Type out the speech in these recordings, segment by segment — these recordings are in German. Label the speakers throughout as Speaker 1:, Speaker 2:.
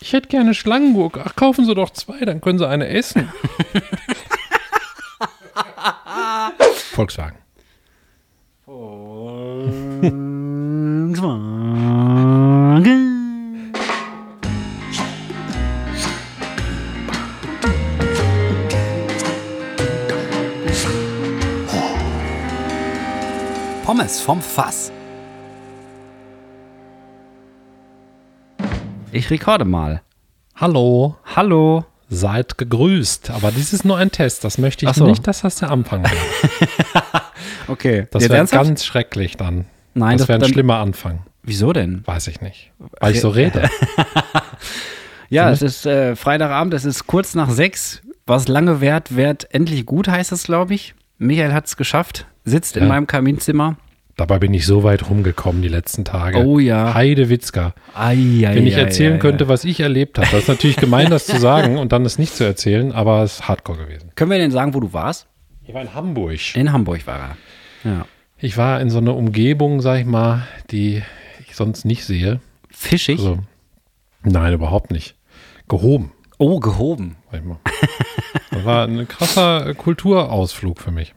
Speaker 1: ich hätte gerne Schlangengurke. Ach, kaufen Sie doch zwei, dann können Sie eine essen. Volkswagen.
Speaker 2: Volkswagen. Pommes vom Fass. Ich rekorde mal.
Speaker 1: Hallo,
Speaker 2: Hallo.
Speaker 1: seid gegrüßt. Aber dies ist nur ein Test. Das möchte ich
Speaker 2: Ach so.
Speaker 1: nicht, dass das der Anfang wird.
Speaker 2: Okay.
Speaker 1: Das
Speaker 2: Jetzt
Speaker 1: wäre
Speaker 2: ernsthaft?
Speaker 1: ganz schrecklich dann.
Speaker 2: Nein,
Speaker 1: das
Speaker 2: das-
Speaker 1: wäre ein
Speaker 2: dann-
Speaker 1: schlimmer Anfang.
Speaker 2: Wieso denn?
Speaker 1: Weiß ich nicht. Weil ich so rede.
Speaker 2: Ja, es ist äh, Freitagabend, es ist kurz nach sechs. Was lange währt, währt endlich gut, heißt es, glaube ich. Michael hat es geschafft, sitzt in
Speaker 1: Ja.
Speaker 2: meinem Kaminzimmer.
Speaker 1: Dabei bin ich so weit rumgekommen die letzten Tage.
Speaker 2: Oh ja.
Speaker 1: Heide Witzka.
Speaker 2: Ai, ai,
Speaker 1: Wenn ich
Speaker 2: ai,
Speaker 1: erzählen
Speaker 2: ai,
Speaker 1: könnte, was ich erlebt habe. Das ist natürlich gemein, das zu sagen und dann es nicht zu erzählen, aber es ist hardcore gewesen.
Speaker 2: Ai. Können wir denn sagen, wo du warst?
Speaker 1: Ich war in Hamburg.
Speaker 2: In Hamburg war er. Ja.
Speaker 1: Ich war in so einer Umgebung, sag ich mal, die ich sonst nicht sehe.
Speaker 2: Fischig?
Speaker 1: Also, nein, überhaupt nicht. Gehoben,
Speaker 2: Oh, gehoben.
Speaker 1: sag ich mal. Das war ein krasser Kulturausflug für mich.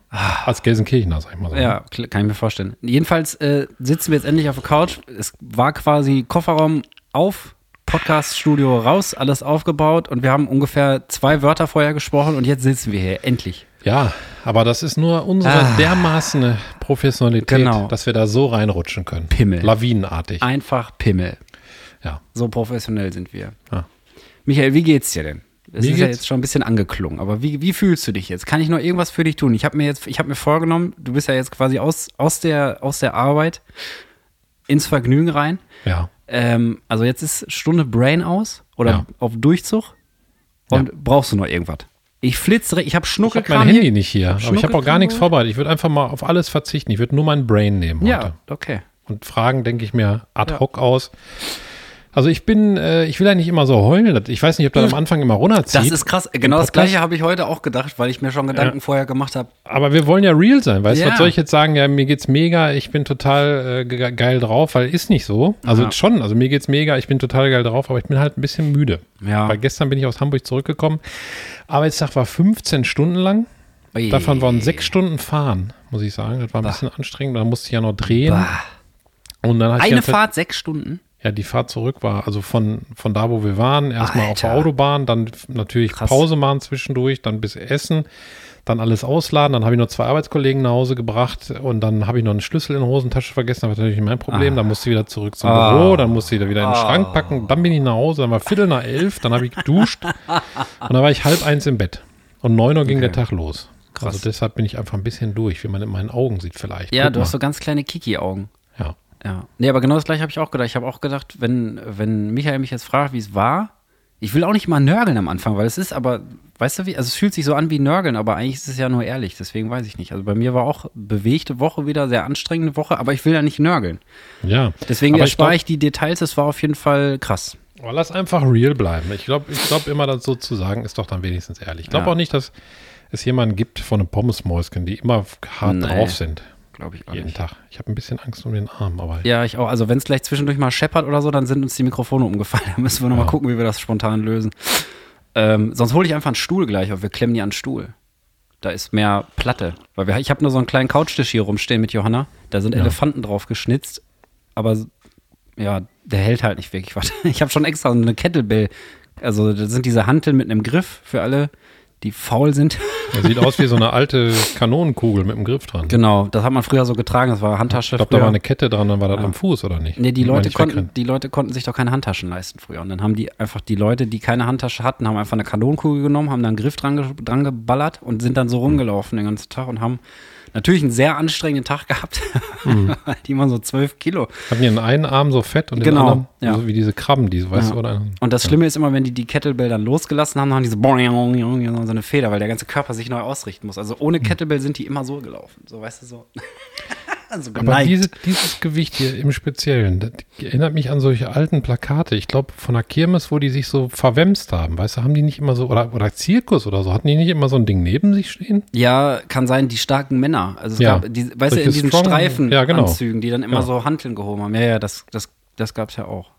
Speaker 1: Als Gelsenkirchener, sag ich mal. so.
Speaker 2: Ah. Ja, kl- kann ich mir vorstellen. Jedenfalls äh, sitzen wir jetzt endlich auf der Couch. Es war quasi Kofferraum auf, Podcast-Studio raus, alles aufgebaut und wir haben ungefähr zwei Wörter vorher gesprochen und jetzt sitzen wir hier, endlich.
Speaker 1: Ja, aber das ist nur unsere
Speaker 2: Ah.
Speaker 1: dermaßen Professionalität,
Speaker 2: Genau.
Speaker 1: dass wir da so reinrutschen können.
Speaker 2: Pimmel. Ah.
Speaker 1: Lawinenartig.
Speaker 2: Einfach Pimmel.
Speaker 1: Ja.
Speaker 2: So professionell sind wir.
Speaker 1: Ja.
Speaker 2: Michael, wie geht's dir denn? Es
Speaker 1: Mir
Speaker 2: ist ja
Speaker 1: geht's-
Speaker 2: jetzt schon ein bisschen angeklungen, aber wie, wie fühlst du dich jetzt? Kann ich noch irgendwas für dich tun? Ich habe mir jetzt, ich habe mir vorgenommen, du bist ja jetzt quasi aus, aus, der, aus der Arbeit ins Vergnügen rein.
Speaker 1: Ja.
Speaker 2: Ähm, also jetzt ist Stunde Brain aus oder
Speaker 1: Ja.
Speaker 2: auf Durchzug und brauchst du noch irgendwas? Ich flitze, ich habe
Speaker 1: Ich habe
Speaker 2: Schnuckelkram
Speaker 1: mein Handy
Speaker 2: hier.
Speaker 1: nicht hier, aber ich habe auch gar
Speaker 2: Schnuckelkram
Speaker 1: nichts
Speaker 2: holen?
Speaker 1: vorbereitet. Ich würde einfach mal auf alles verzichten. Ich würde nur mein Brain nehmen heute.
Speaker 2: Ja, okay.
Speaker 1: Und Fragen denke ich mir ad hoc aus. Also ich bin, äh, ich will ja nicht immer so heulen. Ich weiß nicht, ob das am Anfang immer runterzieht.
Speaker 2: Hm. Das ist krass. Genau das
Speaker 1: Podcast-
Speaker 2: gleiche habe ich heute auch gedacht, weil ich mir schon Gedanken vorher gemacht habe.
Speaker 1: Aber wir wollen ja real sein, weißt du?
Speaker 2: Ja.
Speaker 1: Was soll ich jetzt sagen? Ja, mir geht's mega, ich bin total äh, ge- geil drauf, weil ist nicht so. Also
Speaker 2: Ja.
Speaker 1: schon, also mir geht's mega, ich bin total geil drauf, aber ich bin halt ein bisschen müde.
Speaker 2: Ja.
Speaker 1: Weil gestern bin ich aus Hamburg zurückgekommen. Arbeitstag war 15 Stunden lang. Davon waren sechs Stunden fahren, muss ich sagen. Das war ein bisschen anstrengend. Da musste ich ja noch drehen. Und dann hatte ich die
Speaker 2: Eine
Speaker 1: ganze Zeit-
Speaker 2: Fahrt sechs Stunden.
Speaker 1: Ja, die Fahrt zurück war, also von, von da, wo wir waren, erstmal auf der
Speaker 2: Alter.
Speaker 1: Autobahn, dann f- natürlich
Speaker 2: Krass.
Speaker 1: Pause machen zwischendurch, dann bis Essen, dann alles ausladen, dann habe ich noch zwei Arbeitskollegen nach Hause gebracht und dann habe ich noch einen Schlüssel in der Hosentasche vergessen, das war natürlich mein Problem,
Speaker 2: Ah.
Speaker 1: dann musste ich wieder zurück zum Büro, dann musste ich da wieder in den Schrank packen, dann bin ich nach Hause, dann war Viertel nach elf, dann habe ich geduscht und dann war ich halb eins im Bett und neun Uhr ging der Tag los. Krass. Also deshalb bin ich einfach ein bisschen durch, wie man in meinen Augen sieht vielleicht.
Speaker 2: Ja,
Speaker 1: Guck
Speaker 2: du hast
Speaker 1: mal.
Speaker 2: so ganz kleine Kiki-Augen.
Speaker 1: ja.
Speaker 2: Ja. Nee, aber genau das gleiche habe ich auch gedacht. Ich habe auch gedacht, wenn, wenn Michael mich jetzt fragt, wie es war, ich will auch nicht mal nörgeln am Anfang, weil es ist aber, weißt du wie, also es fühlt sich so an wie nörgeln, aber eigentlich ist es ja nur ehrlich, deswegen weiß ich nicht. Also bei mir war auch bewegte Woche wieder, sehr anstrengende Woche, aber ich will ja nicht nörgeln.
Speaker 1: ja.
Speaker 2: Deswegen
Speaker 1: Aber ich
Speaker 2: erspare
Speaker 1: glaub-
Speaker 2: ich die Details, es war auf jeden Fall krass.
Speaker 1: Aber Oh, lass einfach real bleiben. Ich glaube ich glaub immer, das so zu sagen, ist doch dann wenigstens ehrlich. Ich glaube
Speaker 2: Ja.
Speaker 1: auch nicht, dass es jemanden gibt von einem Pommesmäuschen, die immer hart
Speaker 2: Nee.
Speaker 1: drauf sind.
Speaker 2: Glaube ich auch
Speaker 1: Jeden
Speaker 2: nicht.
Speaker 1: Tag. Ich habe ein bisschen Angst um den Arm, aber
Speaker 2: Ja, ich auch. Also wenn es gleich zwischendurch mal scheppert oder so, dann sind uns die Mikrofone umgefallen. Da müssen wir nochmal mal gucken, wie wir das spontan lösen. Ähm, sonst hole ich einfach einen Stuhl gleich auf. Wir klemmen die an den Stuhl. Da ist mehr Platte. Weil wir, ich habe nur so einen kleinen Couchtisch hier rumstehen mit Johanna. Da sind Elefanten drauf geschnitzt. Aber s- ja, der hält halt nicht wirklich was. Ich habe schon extra so eine Kettlebell. Also das sind diese Hanteln mit einem Griff für alle, die faul sind.
Speaker 1: er sieht aus wie so eine alte Kanonenkugel mit dem Griff dran.
Speaker 2: Genau, das hat man früher so getragen. Das war Handtasche.
Speaker 1: Ich glaube, da
Speaker 2: früher.
Speaker 1: war eine Kette dran, dann war das am Fuß, oder nicht?
Speaker 2: Nee, die
Speaker 1: Wenn man
Speaker 2: Leute,
Speaker 1: nicht
Speaker 2: konnten,
Speaker 1: wegrennt.
Speaker 2: die Leute konnten sich doch keine Handtaschen leisten früher. Und dann haben die einfach die Leute, die keine Handtasche hatten, haben einfach eine Kanonenkugel genommen, haben da einen Griff dran, ge- dran geballert und sind dann
Speaker 1: Hm.
Speaker 2: so rumgelaufen den ganzen Tag und haben natürlich einen sehr anstrengenden Tag gehabt.
Speaker 1: Hm.
Speaker 2: die waren so zwölf Kilo.
Speaker 1: Hatten die in einen Arm so fett und
Speaker 2: Genau,
Speaker 1: den anderen
Speaker 2: ja.
Speaker 1: so wie diese Krabben, die, weißt
Speaker 2: Ja.
Speaker 1: du, oder?
Speaker 2: Und das Schlimme ist immer, wenn die die Kettlebell dann losgelassen haben, dann haben die so, boing, so eine Feder, weil der ganze Körper sich neu ausrichten muss. Also
Speaker 1: Hm.
Speaker 2: ohne Kettlebell sind die immer so gelaufen. So, weißt du, so. so
Speaker 1: Aber
Speaker 2: geneigt.
Speaker 1: diese, dieses Gewicht hier im Speziellen, das erinnert mich an solche alten Plakate. Ich glaube, von der Kirmes, wo die sich so verwemst haben. Weißt du, haben die nicht immer so, oder, oder Zirkus oder so, hatten die nicht immer so ein Ding neben sich stehen?
Speaker 2: Ja, kann sein, die starken Männer. Also es
Speaker 1: Ja.
Speaker 2: gab, die, weißt du,
Speaker 1: Solche
Speaker 2: in diesen
Speaker 1: Strong-
Speaker 2: Streifen
Speaker 1: Ja, genau.
Speaker 2: Anzügen, die dann immer
Speaker 1: Ja.
Speaker 2: so Hanteln gehoben haben. Ja, ja, das, das, das gab's ja auch.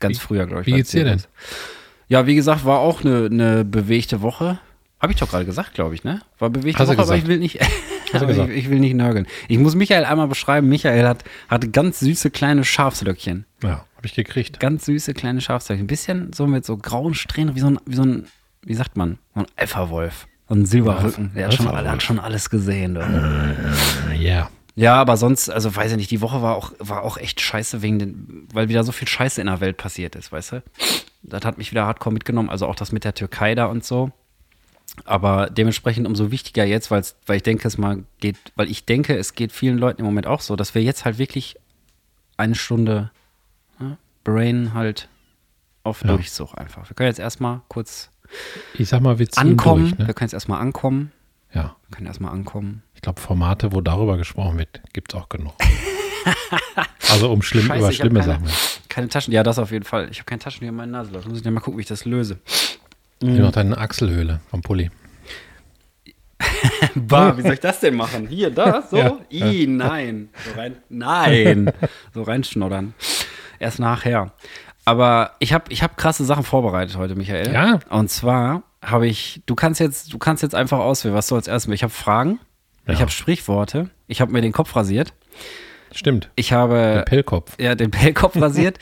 Speaker 2: ganz früher, glaube ich.
Speaker 1: Wie geht's dir denn?
Speaker 2: erzählt hast. Ja, wie gesagt, war auch eine, eine bewegte Woche. Habe ich doch gerade gesagt, glaube ich, ne? War bewegte
Speaker 1: Hast du
Speaker 2: Woche, aber
Speaker 1: gesagt.
Speaker 2: ich will
Speaker 1: du
Speaker 2: nicht. aber ich,
Speaker 1: gesagt.
Speaker 2: ich will nicht nörgeln. Ich muss Michael einmal beschreiben. Michael hat, hat ganz süße kleine Schafslöckchen.
Speaker 1: Ja, habe ich gekriegt.
Speaker 2: Ganz süße kleine Schafslöckchen. Ein bisschen so mit so grauen Strähnen, wie so ein, wie so ein, wie sagt man, so ein Alpha-Wolf. So ein Silberrücken. Der hat schon,
Speaker 1: Alpha-Wolf.
Speaker 2: hat schon alles gesehen. Du.
Speaker 1: Ah, Ja.
Speaker 2: Ja, aber sonst, also weiß ich nicht, die Woche war auch, war auch echt scheiße wegen den, weil wieder so viel Scheiße in der Welt passiert ist, weißt du? Das hat mich wieder hardcore mitgenommen, also auch das mit der Türkei da und so. Aber dementsprechend umso wichtiger jetzt, weil's, weil ich denke, es mal geht, weil ich denke, es geht vielen Leuten im Moment auch so, dass wir jetzt halt wirklich eine Stunde ne, Brain halt auf Durchsuch einfach. Wir können jetzt erstmal kurz
Speaker 1: Ich sag mal, wir ziehen
Speaker 2: ankommen.
Speaker 1: durch. Ne?
Speaker 2: Wir können jetzt erstmal ankommen.
Speaker 1: Ja.
Speaker 2: Wir können erstmal ankommen.
Speaker 1: Ich glaube, Formate, wo darüber gesprochen wird, gibt es auch genug. also um schlimm über
Speaker 2: ich hab
Speaker 1: schlimme
Speaker 2: keine,
Speaker 1: Sachen.
Speaker 2: Keine Taschen, ja, das auf jeden Fall. Ich habe keine Taschen in meinen Nasenloch. Muss ich dann mal gucken, wie ich das löse. Mhm.
Speaker 1: Ich hab noch deine Achselhöhle vom Pulli.
Speaker 2: Bah, wie soll ich das denn machen? Hier, da, so?
Speaker 1: Ja.
Speaker 2: I, nein. So rein, nein. So reinschnoddern. Erst nachher. Aber ich habe ich hab krasse Sachen vorbereitet heute, Michael.
Speaker 1: Ja.
Speaker 2: Und zwar habe ich, du kannst jetzt, du kannst jetzt einfach auswählen, was du als erstes willst. Ich habe Fragen,
Speaker 1: Ja.
Speaker 2: ich habe Sprichworte, ich habe mir den Kopf rasiert,
Speaker 1: Stimmt.
Speaker 2: ich habe
Speaker 1: Pellkopf.
Speaker 2: ja, den Pellkopf rasiert,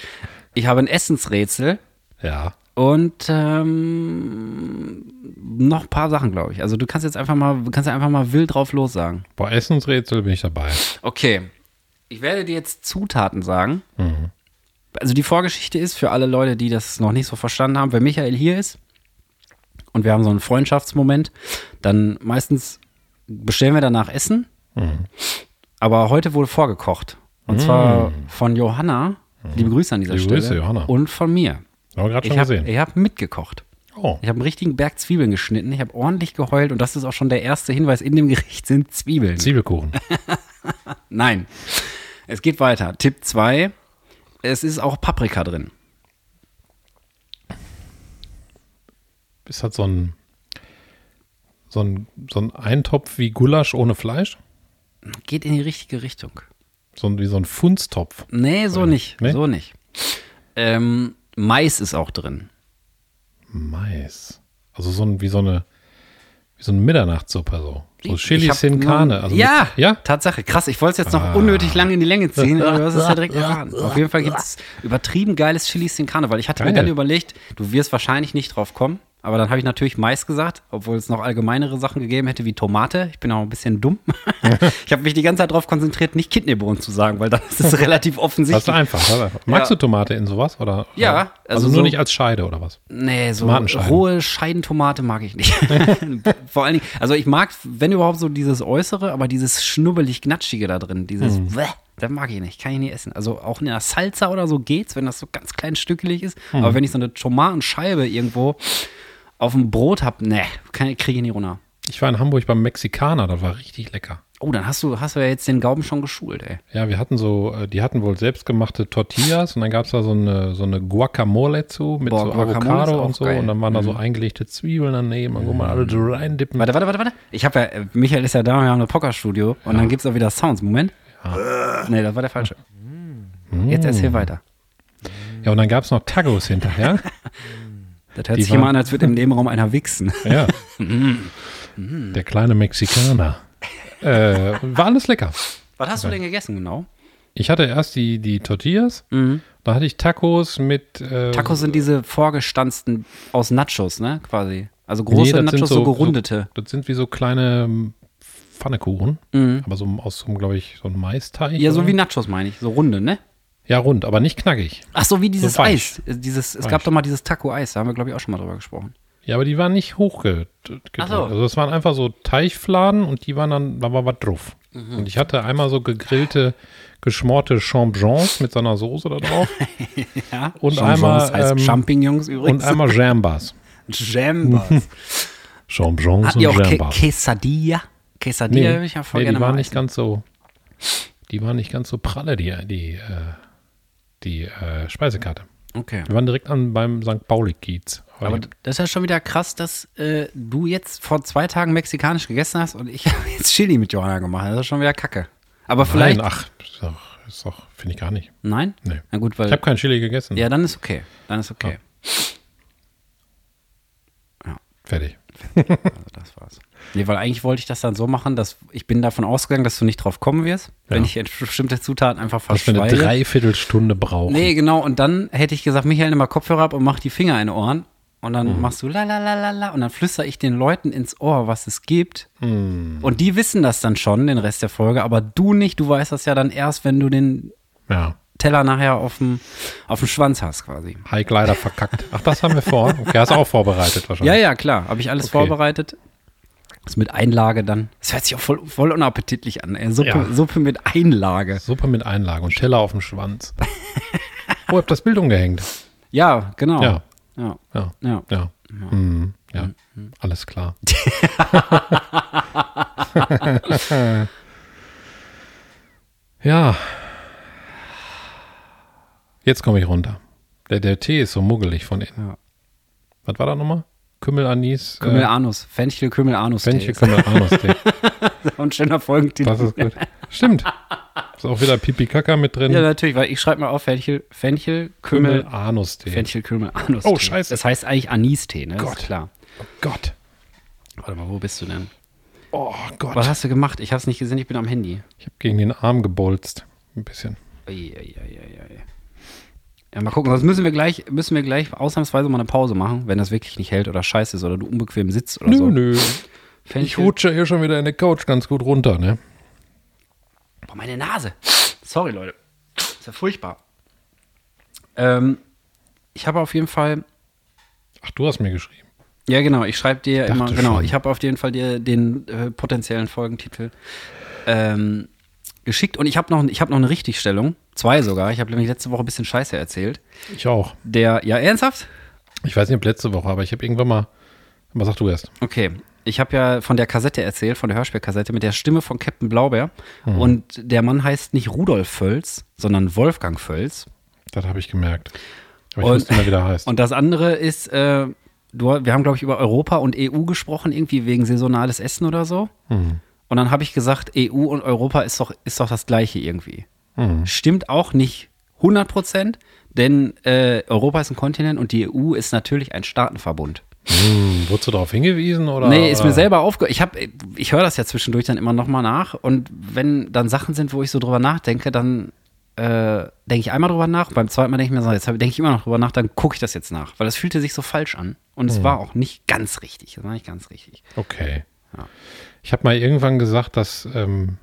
Speaker 2: ich habe ein Essensrätsel.
Speaker 1: Ja.
Speaker 2: Und ähm, noch ein paar Sachen, glaube ich. Also du kannst jetzt einfach mal, du kannst einfach mal wild drauf los sagen.
Speaker 1: Boah, Essensrätsel bin ich dabei.
Speaker 2: Okay. Ich werde dir jetzt Zutaten sagen.
Speaker 1: Mhm.
Speaker 2: Also die Vorgeschichte ist für alle Leute, die das noch nicht so verstanden haben, wenn Michael hier ist und wir haben so einen Freundschaftsmoment, dann meistens bestellen wir danach Essen.
Speaker 1: Mhm.
Speaker 2: Aber heute wurde vorgekocht. Und zwar von Johanna. Liebe Grüße an dieser
Speaker 1: Mhm. Liebe
Speaker 2: Stelle.
Speaker 1: Grüße, Johanna.
Speaker 2: Und von mir.
Speaker 1: Haben wir gerade schon
Speaker 2: Ich habe
Speaker 1: gesehen.
Speaker 2: hab mitgekocht.
Speaker 1: oh.
Speaker 2: Ich habe einen richtigen Berg Zwiebeln geschnitten. Ich habe ordentlich geheult und das ist auch schon der erste Hinweis. In dem Gericht sind Zwiebeln.
Speaker 1: Zwiebelkuchen.
Speaker 2: Nein. Es geht weiter. Tipp 2. Es ist auch Paprika drin.
Speaker 1: Ist das so ein, so ein, so ein Eintopf wie Gulasch ohne Fleisch?
Speaker 2: Geht in die richtige Richtung.
Speaker 1: So ein, wie so ein Funstopf.
Speaker 2: Nee, so nicht.
Speaker 1: Nee?
Speaker 2: So nicht. Ähm, Mais ist auch drin.
Speaker 1: Mais. Also so ein, wie so eine, wie so eine Mitternachtssuppe so. So
Speaker 2: Ich
Speaker 1: Chili
Speaker 2: hab
Speaker 1: sin
Speaker 2: nur-
Speaker 1: carne. Also
Speaker 2: ja,
Speaker 1: Mit, ja. Ah.
Speaker 2: Tatsache. Krass, ich wollte es jetzt noch unnötig lang in die Länge ziehen, aber du hast es ja direkt erfahren. Auf jeden Fall gibt es übertrieben geiles Chili sin Carne, weil ich hatte mir
Speaker 1: Geil.
Speaker 2: dann überlegt, du wirst wahrscheinlich nicht drauf kommen, aber dann habe ich natürlich Mais gesagt, obwohl es noch allgemeinere Sachen gegeben hätte wie Tomate. Ich bin auch ein bisschen dumm. ich habe mich die ganze Zeit darauf konzentriert, nicht Kidneybohnen zu sagen, weil dann ist es relativ
Speaker 1: Das ist
Speaker 2: offensichtlich.
Speaker 1: einfach. das ist einfach. Magst
Speaker 2: Ja.
Speaker 1: du Tomate in sowas? Oder,
Speaker 2: Ja,
Speaker 1: oder? Also,
Speaker 2: also
Speaker 1: nur
Speaker 2: so-
Speaker 1: nicht als Scheide oder was?
Speaker 2: Nee, so
Speaker 1: Tomatenscheiben.
Speaker 2: rohe Scheidentomate mag ich nicht. Vor allen Dingen, also ich mag, wenn überhaupt, so dieses Äußere, aber dieses schnubbelig-gnatschige da drin, dieses Bäh, das mag ich nicht, kann ich nie essen. Also auch in der Salsa oder so geht's, wenn das so ganz klein stückelig ist. Aber wenn ich so eine Tomatenscheibe irgendwo auf dem Brot hab, nee, kann- krieg ich nie runter.
Speaker 1: Ich war in Hamburg beim Mexikaner, das war richtig lecker.
Speaker 2: Oh, dann hast du, hast du ja jetzt den Gauben schon geschult, ey.
Speaker 1: Ja, wir hatten so, äh, die hatten wohl selbstgemachte Tortillas und dann gab es da so eine, so eine Guacamole zu mit
Speaker 2: Boah,
Speaker 1: so
Speaker 2: Guacamole ist
Speaker 1: Avocado
Speaker 2: auch
Speaker 1: und so
Speaker 2: geil. Mhm.
Speaker 1: und dann waren da so eingelegte Zwiebeln daneben und guck mal, alle so reindippen.
Speaker 2: Warte, warte, warte, warte. Ich habe ja, äh, Michael ist ja da, wir haben ein Pokerstudio und dann gibt's auch wieder Sounds. Moment. Nee, das war der falsche. Jetzt erzähl weiter.
Speaker 1: Ja, und dann gab es noch Tacos hinterher.
Speaker 2: Das hört
Speaker 1: Die
Speaker 2: sich immer
Speaker 1: war-
Speaker 2: an, als würde im Nebenraum einer wichsen.
Speaker 1: ja.
Speaker 2: Mhm.
Speaker 1: Der kleine Mexikaner. Äh, war alles lecker.
Speaker 2: Was hast du denn gegessen genau?
Speaker 1: Ich hatte erst die, die Tortillas, dann hatte ich Tacos mit äh,
Speaker 2: Mhm. Tacos sind diese vorgestanzten aus Nachos, ne? Quasi. Also
Speaker 1: Nee,
Speaker 2: große
Speaker 1: das sind
Speaker 2: Nachos, so, gerundete.
Speaker 1: So, das sind wie so kleine ähm, Pfannekuchen, aber so aus, so, glaube ich, so einem Maisteig.
Speaker 2: Mhm. ja, so
Speaker 1: oder?
Speaker 2: wie Nachos meine ich, so runde, ne?
Speaker 1: Ja, rund, aber nicht knackig.
Speaker 2: Ach so, wie dieses
Speaker 1: So weich.
Speaker 2: Eis. Äh, Dieses, es
Speaker 1: Weich.
Speaker 2: gab doch mal dieses Taco-Eis, da haben wir, glaube ich, auch schon mal drüber gesprochen.
Speaker 1: Ja, aber die waren nicht hochgedrückt.
Speaker 2: Ach so.
Speaker 1: Also das waren einfach so Teichfladen und die waren dann, da war was drauf.
Speaker 2: Mhm.
Speaker 1: Und ich hatte einmal so gegrillte, geschmorte Champignons mit so einer Soße da drauf. ja, und
Speaker 2: Champignons
Speaker 1: einmal,
Speaker 2: heißt
Speaker 1: ähm,
Speaker 2: Champignons
Speaker 1: und
Speaker 2: übrigens.
Speaker 1: einmal Jambas.
Speaker 2: Jambas.
Speaker 1: Champignons
Speaker 2: Habt
Speaker 1: und
Speaker 2: ihr auch Ke
Speaker 1: Jambas.
Speaker 2: Quesadilla? Quesadilla würde ich ja voll
Speaker 1: nee,
Speaker 2: gerne
Speaker 1: die waren
Speaker 2: mal
Speaker 1: nicht
Speaker 2: essen.
Speaker 1: ganz so, die waren nicht ganz so pralle, die, die, äh, die äh, Speisekarte.
Speaker 2: Okay.
Speaker 1: Wir waren direkt an beim St. Pauli-Kiez.
Speaker 2: Aber das ist ja schon wieder krass, dass äh, du jetzt vor zwei Tagen mexikanisch gegessen hast und ich habe jetzt Chili mit Johanna gemacht. Das ist schon wieder kacke. Aber vielleicht,
Speaker 1: Nein, ach, ist doch, Ist doch, finde ich gar nicht.
Speaker 2: Nein?
Speaker 1: Nee.
Speaker 2: Na gut, weil.
Speaker 1: Ich habe keinen Chili gegessen.
Speaker 2: ja, dann ist okay. Dann ist okay.
Speaker 1: Fertig.
Speaker 2: Also das war's. Nee, weil eigentlich wollte ich das dann so machen, dass ich bin davon ausgegangen, dass du nicht drauf kommen wirst, wenn ich jetzt bestimmte Zutaten einfach
Speaker 1: Dass wir eine
Speaker 2: verschweige.
Speaker 1: Dreiviertelstunde brauchen.
Speaker 2: Nee, genau. Und dann hätte ich gesagt, Michael, nimm mal Kopfhörer ab und mach die Finger in die Ohren. Und dann
Speaker 1: Mhm.
Speaker 2: machst du la la la la la. Und dann flüstere ich den Leuten ins Ohr, was es gibt.
Speaker 1: Mhm.
Speaker 2: Und die wissen das dann schon, den Rest der Folge. Aber du nicht. Du weißt das ja dann erst, wenn du den
Speaker 1: Ja.
Speaker 2: Teller nachher auf dem, auf dem Schwanz hast, quasi.
Speaker 1: Heik leider verkackt. Ach, das haben wir vor. Okay, hast du auch vorbereitet wahrscheinlich.
Speaker 2: Ja, ja, klar. Habe ich alles
Speaker 1: Okay.
Speaker 2: vorbereitet. Das mit Einlage dann. Das hört sich auch voll, voll unappetitlich an. Ey. Suppe,
Speaker 1: Ja.
Speaker 2: Suppe mit Einlage.
Speaker 1: Suppe mit Einlage und Teller auf dem Schwanz. oh, hab das Bild umgehängt.
Speaker 2: Ja, genau.
Speaker 1: Ja. Äh,
Speaker 2: ja.
Speaker 1: Ja.
Speaker 2: ja.
Speaker 1: Ja. Hm, ja. Alles klar. ja. Jetzt komme ich runter. Der, der Tee ist so muggelig von innen.
Speaker 2: Ja.
Speaker 1: Was war da nochmal? Kümmel, Anis,
Speaker 2: Kümmel
Speaker 1: äh,
Speaker 2: Anus. Fenchel Kümmel Anus.
Speaker 1: Fenchel, Kümmel, Anus-Tee.
Speaker 2: Und schöner Folgentitel.
Speaker 1: Das ist gut. Stimmt. Ist auch wieder Pipi Kaka mit drin.
Speaker 2: Ja, natürlich, weil ich schreibe mal auf Fenchel, Fenchel, Kümmel,
Speaker 1: Anus-Tee.
Speaker 2: Fenchel, Kümmel, Anus.
Speaker 1: Oh, scheiße.
Speaker 2: Das heißt eigentlich Anistee, ne?
Speaker 1: Gott.
Speaker 2: Ist klar.
Speaker 1: Oh Gott.
Speaker 2: Warte mal, wo bist du denn?
Speaker 1: Oh Gott.
Speaker 2: Was hast du gemacht? Ich habe es nicht gesehen, ich bin am Handy.
Speaker 1: Ich habe gegen den Arm gebolzt. Ein bisschen.
Speaker 2: Ei, ei, ei, ei, ei. Ja, mal gucken, sonst müssen wir gleich, müssen wir gleich ausnahmsweise mal eine Pause machen, wenn das wirklich nicht hält oder scheiße ist oder du unbequem sitzt oder
Speaker 1: Nö,
Speaker 2: so.
Speaker 1: nö. Also, Ich
Speaker 2: Fenchel,
Speaker 1: rutsche hier schon wieder in der Couch ganz gut runter, ne?
Speaker 2: Boah, meine Nase. Sorry, Leute. Ist ja furchtbar. Ähm, ich habe auf jeden Fall
Speaker 1: Ach, du hast mir geschrieben.
Speaker 2: Ja, genau. Ich schreibe dir
Speaker 1: Dachte
Speaker 2: immer, genau.
Speaker 1: schon.
Speaker 2: Ich habe auf jeden Fall dir den äh, potenziellen Folgentitel ähm, geschickt und ich habe noch, ich hab noch eine Richtigstellung. Zwei sogar. Ich habe nämlich letzte Woche ein bisschen Scheiße erzählt.
Speaker 1: Ich auch.
Speaker 2: Der, ja, ernsthaft?
Speaker 1: Ich weiß nicht, ob letzte Woche, aber ich habe irgendwann mal. Was sagst du erst?
Speaker 2: Okay. Ich habe ja von der Kassette erzählt, von der Hörspielkassette mit der Stimme von Captain Blaubeer.
Speaker 1: Mhm.
Speaker 2: Und der Mann heißt nicht Rudolf Völz, sondern Wolfgang Völz.
Speaker 1: Das habe ich gemerkt. Aber ich
Speaker 2: Und-
Speaker 1: wusste nicht mehr, wie der heißt.
Speaker 2: Und das andere ist, äh, du, wir haben, glaube ich, über Europa und EU gesprochen, irgendwie wegen saisonales Essen oder so.
Speaker 1: Hm.
Speaker 2: Und dann habe ich gesagt, EU und Europa ist doch, ist doch das gleiche irgendwie.
Speaker 1: Hm.
Speaker 2: Stimmt auch nicht 100 Prozent, denn äh, Europa ist ein Kontinent und die EU ist natürlich ein Staatenverbund.
Speaker 1: hm, wurdest du darauf hingewiesen? Oder,
Speaker 2: Nee, ist
Speaker 1: oder?
Speaker 2: mir selber aufge... Ich, hab- ich höre das ja zwischendurch dann immer nochmal nach und wenn dann Sachen sind, wo ich so drüber nachdenke, dann äh, denke ich einmal drüber nach, beim zweiten Mal denke ich mir so, jetzt denke ich immer noch drüber nach, dann gucke ich das jetzt nach, weil das fühlte sich so falsch an und
Speaker 1: Hm.
Speaker 2: es war auch nicht ganz richtig, das war nicht ganz richtig.
Speaker 1: Okay.
Speaker 2: Ja.
Speaker 1: Ich habe mal irgendwann gesagt, dass, ähm,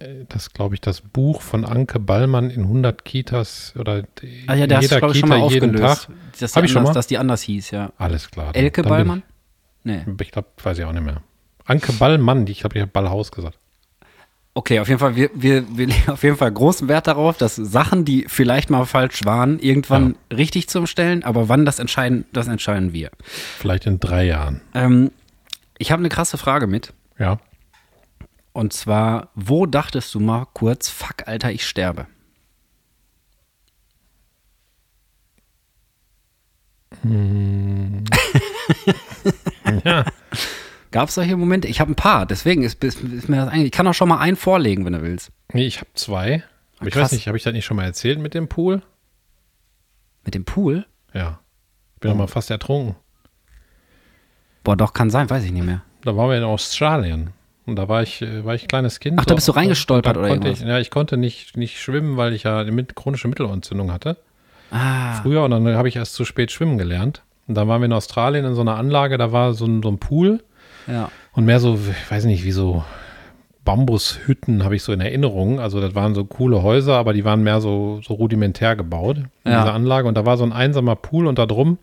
Speaker 1: äh, dass glaube ich, das Buch von Anke Ballmann in 100 Kitas oder die-
Speaker 2: Ah ja, der hast du glaube ich schon mal aufgelöst, dass die,
Speaker 1: Hab ich
Speaker 2: anders,
Speaker 1: schon mal?
Speaker 2: dass die anders hieß, ja.
Speaker 1: Alles klar. dann-
Speaker 2: Elke
Speaker 1: dann bin
Speaker 2: Ballmann? Nee.
Speaker 1: Ich, ich glaube, weiß ich auch nicht mehr. Anke Ballmann, die- ich glaube, ich habe Ballhaus gesagt.
Speaker 2: Okay, auf jeden Fall, wir, wir, wir legen auf jeden Fall großen Wert darauf, dass Sachen, die vielleicht mal falsch waren, irgendwann richtig zu stellen, aber wann das entscheiden, das entscheiden wir.
Speaker 1: Vielleicht in drei Jahren.
Speaker 2: Ähm, ich habe eine krasse Frage mit.
Speaker 1: Ja.
Speaker 2: Und zwar, wo dachtest du mal kurz, fuck, Alter, ich sterbe? Gab es solche Momente? Ich habe ein paar, deswegen ist, ist, ist mir das eigentlich. Ich kann auch schon mal einen vorlegen, wenn du willst.
Speaker 1: Nee, ich habe zwei. Aber ich
Speaker 2: Ah, krass.
Speaker 1: weiß nicht, habe ich das nicht schon mal erzählt mit dem Pool?
Speaker 2: Mit dem Pool?
Speaker 1: Ja. Ich
Speaker 2: Oh.
Speaker 1: bin doch mal fast ertrunken.
Speaker 2: Boah, doch, kann sein, weiß ich nicht mehr.
Speaker 1: Da waren wir in Australien. Und da war ich, äh, war ich kleines Kind.
Speaker 2: Ach, da bist du reingestolpert
Speaker 1: da
Speaker 2: oder
Speaker 1: konnte ich,
Speaker 2: irgendwas?
Speaker 1: Ja, ich konnte nicht, nicht schwimmen, weil ich ja eine mit, chronische Mittelohrentzündung hatte.
Speaker 2: Ah,
Speaker 1: Früher und dann habe ich erst zu spät schwimmen gelernt. Und dann waren wir in Australien in so einer Anlage, da war so ein, so ein Pool
Speaker 2: ja.
Speaker 1: und mehr so, ich weiß nicht, wie so Bambushütten habe ich so in Erinnerung. Also das waren so coole Häuser, aber die waren mehr so, so rudimentär gebaut in
Speaker 2: Ja.
Speaker 1: dieser Anlage. Und da war so ein einsamer Pool und da drum,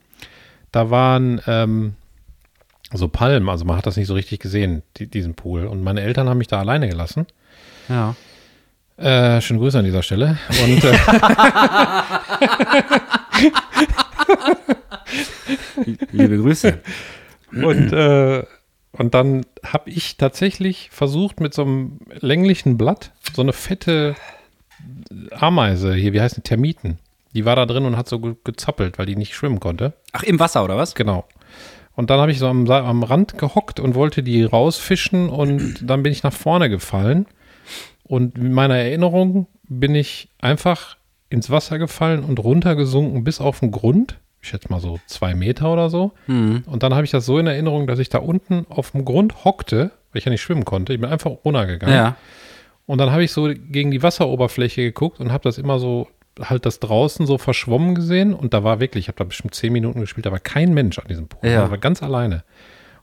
Speaker 1: da waren ähm, so Palmen, also man hat das nicht so richtig gesehen, die, diesen Pool. Und meine Eltern haben mich da alleine gelassen.
Speaker 2: Ja.
Speaker 1: Äh, schönen Grüße an dieser Stelle. Und äh,
Speaker 2: Liebe Grüße.
Speaker 1: Und, äh, und dann habe ich tatsächlich versucht, mit so einem länglichen Blatt so eine fette Ameise hier, wie heißt die, Termiten. Die war da drin und hat so ge- gezappelt, weil die nicht schwimmen konnte.
Speaker 2: Ach, im Wasser, oder was?
Speaker 1: Genau. Und dann habe ich so am, Sa- am Rand gehockt und wollte die rausfischen und dann bin ich nach vorne gefallen. Und in meiner Erinnerung bin ich einfach ins Wasser gefallen und runtergesunken bis auf den Grund. Ich schätze mal so zwei Meter oder so.
Speaker 2: Mhm.
Speaker 1: Und dann habe ich das so in Erinnerung, dass ich da unten auf dem Grund hockte, weil ich ja nicht schwimmen konnte. Ich bin einfach runtergegangen.
Speaker 2: Ja.
Speaker 1: Und dann habe ich so gegen die Wasseroberfläche geguckt und habe das immer so, halt das draußen so verschwommen gesehen. Und da war wirklich, ich habe da bestimmt zehn Minuten gespielt, da war kein Mensch an diesem Pool.
Speaker 2: Ja.
Speaker 1: Ich war ganz alleine.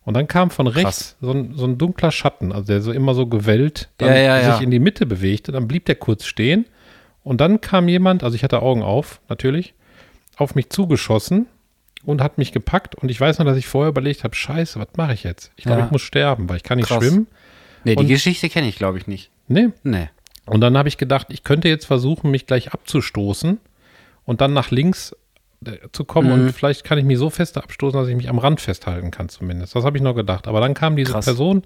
Speaker 1: Und dann kam von rechts so ein, so ein dunkler Schatten, also der so immer so gewellt dann
Speaker 2: Ja, ja, ja.
Speaker 1: sich in die Mitte bewegte. Dann blieb der kurz stehen. Und dann kam jemand, also ich hatte Augen auf, natürlich, auf mich zugeschossen und hat mich gepackt. Und ich weiß noch, dass ich vorher überlegt habe, scheiße, was mache ich jetzt? Ich glaube,
Speaker 2: Ja.
Speaker 1: ich muss sterben, weil ich kann nicht
Speaker 2: Krass.
Speaker 1: schwimmen.
Speaker 2: Nee, die
Speaker 1: Und-
Speaker 2: Geschichte kenne ich, glaube ich, nicht.
Speaker 1: Nee,
Speaker 2: Nee.
Speaker 1: und dann habe ich gedacht, ich könnte jetzt versuchen, mich gleich abzustoßen und dann nach links äh, zu kommen
Speaker 2: Mhm.
Speaker 1: und vielleicht kann ich mich so feste abstoßen, dass ich mich am Rand festhalten kann zumindest. Das habe ich noch gedacht. Aber dann kam diese
Speaker 2: Krass.
Speaker 1: Person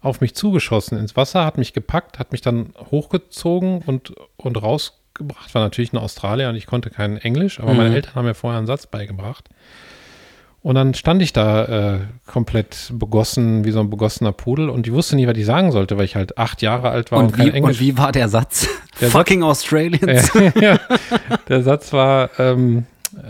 Speaker 1: auf mich zugeschossen ins Wasser, hat mich gepackt, hat mich dann hochgezogen und, und rausgebracht. War natürlich ein Australier und ich konnte kein Englisch, aber
Speaker 2: Mhm.
Speaker 1: meine Eltern haben mir vorher einen Satz beigebracht. Und dann stand ich da äh, komplett begossen, wie so ein begossener Pudel und ich wusste nie, was ich sagen sollte, weil ich halt acht Jahre alt war und,
Speaker 2: Und
Speaker 1: kein
Speaker 2: wie,
Speaker 1: Englisch
Speaker 2: und wie war der Satz?
Speaker 1: Der
Speaker 2: Fucking Australians.
Speaker 1: ja. Der Satz war, ähm,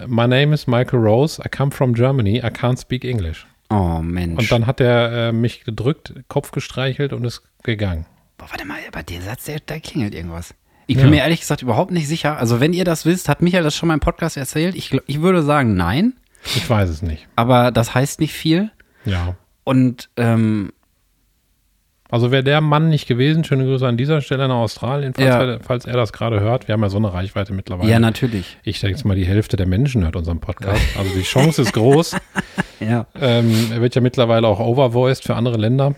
Speaker 1: My name is Michael Rose, I come from Germany, I can't speak English.
Speaker 2: Oh Mensch.
Speaker 1: Und dann hat er äh, mich gedrückt, Kopf gestreichelt und ist gegangen.
Speaker 2: Boah, warte mal, bei dem Satz, der, da klingelt irgendwas. Ich bin mir ehrlich gesagt überhaupt nicht sicher. Also, wenn ihr das wisst, hat Michael das schon mal im Podcast erzählt. Ich, gl- ich würde sagen, nein,
Speaker 1: Ich weiß es nicht.
Speaker 2: aber das heißt nicht viel.
Speaker 1: Ja.
Speaker 2: Und ähm,
Speaker 1: Also wäre der Mann nicht gewesen, schöne Grüße an dieser Stelle nach Australien, falls,
Speaker 2: Ja.
Speaker 1: er, falls er das gerade hört. Wir haben ja so eine Reichweite mittlerweile.
Speaker 2: ja, natürlich.
Speaker 1: ich denke jetzt mal, die Hälfte der Menschen hört unseren Podcast. Also die Chance ist groß.
Speaker 2: Ja.
Speaker 1: Ähm, er wird ja mittlerweile auch overvoiced für andere Länder.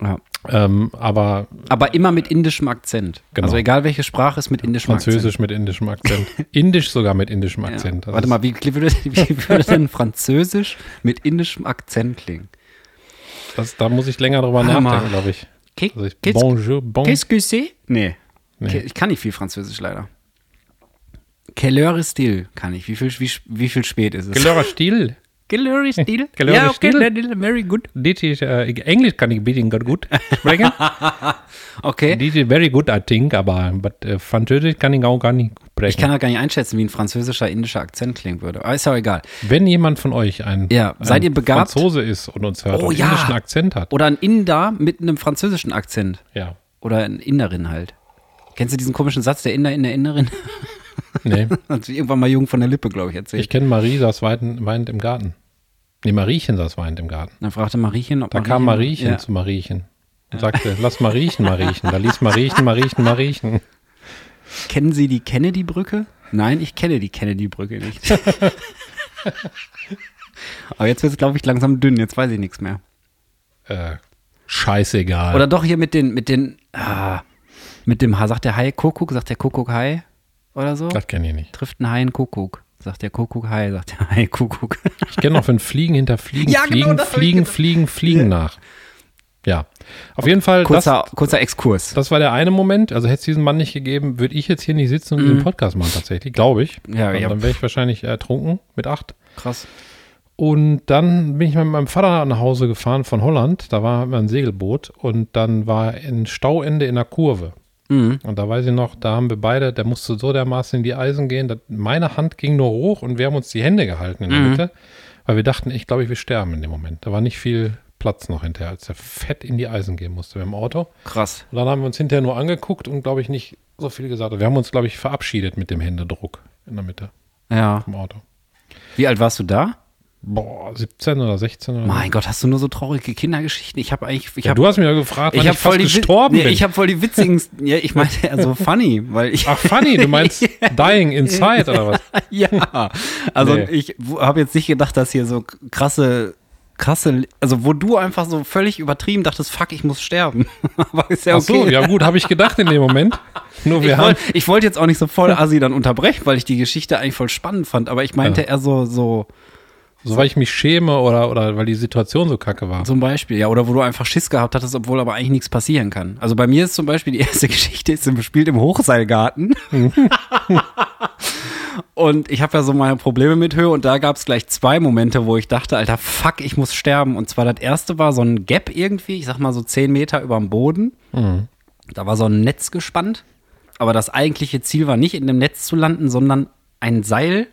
Speaker 2: ja.
Speaker 1: Ähm, aber
Speaker 2: Aber immer mit indischem Akzent.
Speaker 1: Genau.
Speaker 2: Also, egal welche Sprache ist mit indischem Akzent.
Speaker 1: Französisch mit indischem Akzent. Indisch sogar mit indischem Akzent. Das
Speaker 2: Ja. Warte
Speaker 1: ist-
Speaker 2: mal, wie, wie, würde, wie würde denn Französisch mit indischem Akzent klingen?
Speaker 1: Das, da muss ich länger drüber
Speaker 2: Hammer.
Speaker 1: nachdenken, glaube ich.
Speaker 2: Kick,
Speaker 1: Also ich
Speaker 2: kick,
Speaker 1: bonjour, bon.
Speaker 2: Qu'est-ce que c'est? Nee.
Speaker 1: Nee.
Speaker 2: Ich kann nicht viel Französisch leider. Quelle heure ist still kann ich. Wie viel, wie, wie viel spät ist es?
Speaker 1: Gelörer Stil.
Speaker 2: Quelle heure ist still?
Speaker 1: Quelle heure
Speaker 2: ja,
Speaker 1: ist
Speaker 2: okay,
Speaker 1: still?
Speaker 2: dann ist very good.
Speaker 1: This is, äh, Englisch kann ich ein bisschen ganz gut sprechen.
Speaker 2: Okay.
Speaker 1: This is very good, I think, aber but, äh, Französisch kann ich auch gar nicht gut
Speaker 2: Ich
Speaker 1: sprechen.
Speaker 2: kann halt gar nicht einschätzen, wie ein französischer indischer Akzent klingen würde. Aber ist ja auch egal.
Speaker 1: Wenn jemand von euch ein,
Speaker 2: Ja,
Speaker 1: ein
Speaker 2: seid ihr begabt?
Speaker 1: Franzose ist und uns hört
Speaker 2: Oh
Speaker 1: und
Speaker 2: ja.
Speaker 1: indischen Akzent hat.
Speaker 2: Oder ein Inder mit einem französischen Akzent.
Speaker 1: Ja.
Speaker 2: Oder ein Inderin halt. Kennst du diesen komischen Satz, der Inder in der Inderin?
Speaker 1: Nee.
Speaker 2: Hat sich irgendwann mal Jung von der Lippe, glaube ich, erzählt.
Speaker 1: Ich kenne Marie saß wein- weinend im Garten. Nee, Mariechen saß weinend im Garten.
Speaker 2: Dann fragte Mariechen, ob
Speaker 1: Da kam Mariechen
Speaker 2: Ja.
Speaker 1: zu Mariechen und sagte, lass Mariechen, Mariechen. Da ließ Mariechen, Mariechen, Mariechen.
Speaker 2: Kennen Sie die Kennedy-Brücke? Nein, ich kenne die Kennedy-Brücke nicht. Aber jetzt wird es, glaube ich, langsam dünn. Jetzt weiß ich nichts mehr.
Speaker 1: Äh, scheißegal.
Speaker 2: Oder doch hier mit den, mit den, ah, mit dem, Ha- sagt der Hai Kuckuck, sagt der Kuckuck Hai oder so?
Speaker 1: das kenne ich nicht.
Speaker 2: Trifft ein Hai einen Kuckuck. Sagt der Kuckuck Hai, sagt der Hai Kuckuck.
Speaker 1: Ich kenne noch, wenn Fliegen hinter Fliegen,
Speaker 2: Ja, genau,
Speaker 1: Fliegen,
Speaker 2: das hab ich
Speaker 1: Fliegen,
Speaker 2: gedacht.
Speaker 1: Fliegen, Fliegen nach. Ja. Auf jeden Fall, das,
Speaker 2: Kurzer, kurzer Exkurs.
Speaker 1: das war der eine Moment. Also hätte es diesen Mann nicht gegeben, würde ich jetzt hier nicht sitzen und diesen Podcast machen, tatsächlich, glaube ich.
Speaker 2: Mhm. Ja,
Speaker 1: dann
Speaker 2: ja.
Speaker 1: dann wäre ich wahrscheinlich ertrunken mit acht.
Speaker 2: Krass.
Speaker 1: Und dann bin ich mit meinem Vater nach Hause gefahren von Holland. Da war immer ein Segelboot und dann war ein Stauende in der Kurve.
Speaker 2: Mhm.
Speaker 1: Und da weiß ich noch, da haben wir beide, der musste so dermaßen in die Eisen gehen, dass meine Hand ging nur hoch und wir haben uns die Hände gehalten in der Mitte, weil wir dachten, ich glaube, ich, wir sterben in dem Moment. Da war nicht viel Platz noch hinterher, als der fett in die Eisen gehen musste mit dem Auto.
Speaker 2: Krass.
Speaker 1: Und dann haben wir uns hinterher nur angeguckt und, glaube ich, nicht so viel gesagt. Wir haben uns, glaube ich, verabschiedet mit dem Händedruck in der Mitte
Speaker 2: Ja.
Speaker 1: im Auto.
Speaker 2: Wie alt warst du da?
Speaker 1: Boah, 17 oder 16 oder
Speaker 2: Mein Gott, hast du nur so traurige Kindergeschichten? Ich habe eigentlich, ich
Speaker 1: ja,
Speaker 2: habe
Speaker 1: Du hast mich ja gefragt, wann
Speaker 2: ich
Speaker 1: ich,
Speaker 2: habe
Speaker 1: fast
Speaker 2: voll die
Speaker 1: gestorben
Speaker 2: nee,
Speaker 1: bin.
Speaker 2: ich habe voll die witzigen ja ich meinte eher so funny weil ich
Speaker 1: Ach, funny, du meinst dying inside oder was?
Speaker 2: ja also
Speaker 1: Nee.
Speaker 2: ich habe jetzt nicht gedacht dass hier so krasse krasse also wo du einfach so völlig übertrieben dachtest fuck ich muss sterben aber ist ja
Speaker 1: Ach so,
Speaker 2: okay
Speaker 1: ja gut, habe ich gedacht in dem Moment. Nur wir
Speaker 2: ich
Speaker 1: haben
Speaker 2: wollte wollt jetzt auch nicht so voll assi dann unterbrechen weil ich die Geschichte eigentlich voll spannend fand aber ich meinte
Speaker 1: Ja.
Speaker 2: eher so so
Speaker 1: So, weil ich mich schäme oder, oder weil die Situation so kacke war.
Speaker 2: Zum Beispiel, ja, oder wo du einfach Schiss gehabt hattest, obwohl aber eigentlich nichts passieren kann. Also bei mir ist zum Beispiel die erste Geschichte, ist im- spielt im Hochseilgarten. und ich habe ja so meine Probleme mit Höhe und da gab es gleich zwei Momente, wo ich dachte, Alter, fuck, ich muss sterben. Und zwar das erste war so ein Gap irgendwie, ich sag mal so zehn Meter über dem Boden. Da war so ein Netz gespannt Aber das eigentliche Ziel war nicht, in dem Netz zu landen, sondern ein Seil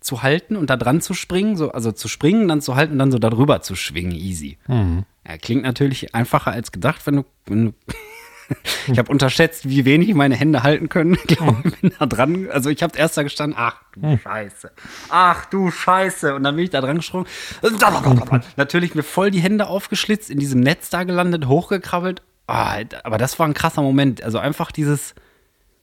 Speaker 2: zu halten und da dran zu springen, so, also zu springen, dann zu halten und dann so darüber zu schwingen, easy. Ja, klingt natürlich einfacher als gedacht, wenn du. Wenn du ich habe unterschätzt, wie wenig meine Hände halten können. Ich glaub, ich bin da dran. Also ich habe erst da gestanden, ach du Scheiße. Ach du Scheiße. Und dann bin ich da dran gesprungen. Natürlich mir voll die Hände aufgeschlitzt, in diesem Netz da gelandet, hochgekrabbelt. Ah, aber das war ein krasser Moment. Also einfach dieses.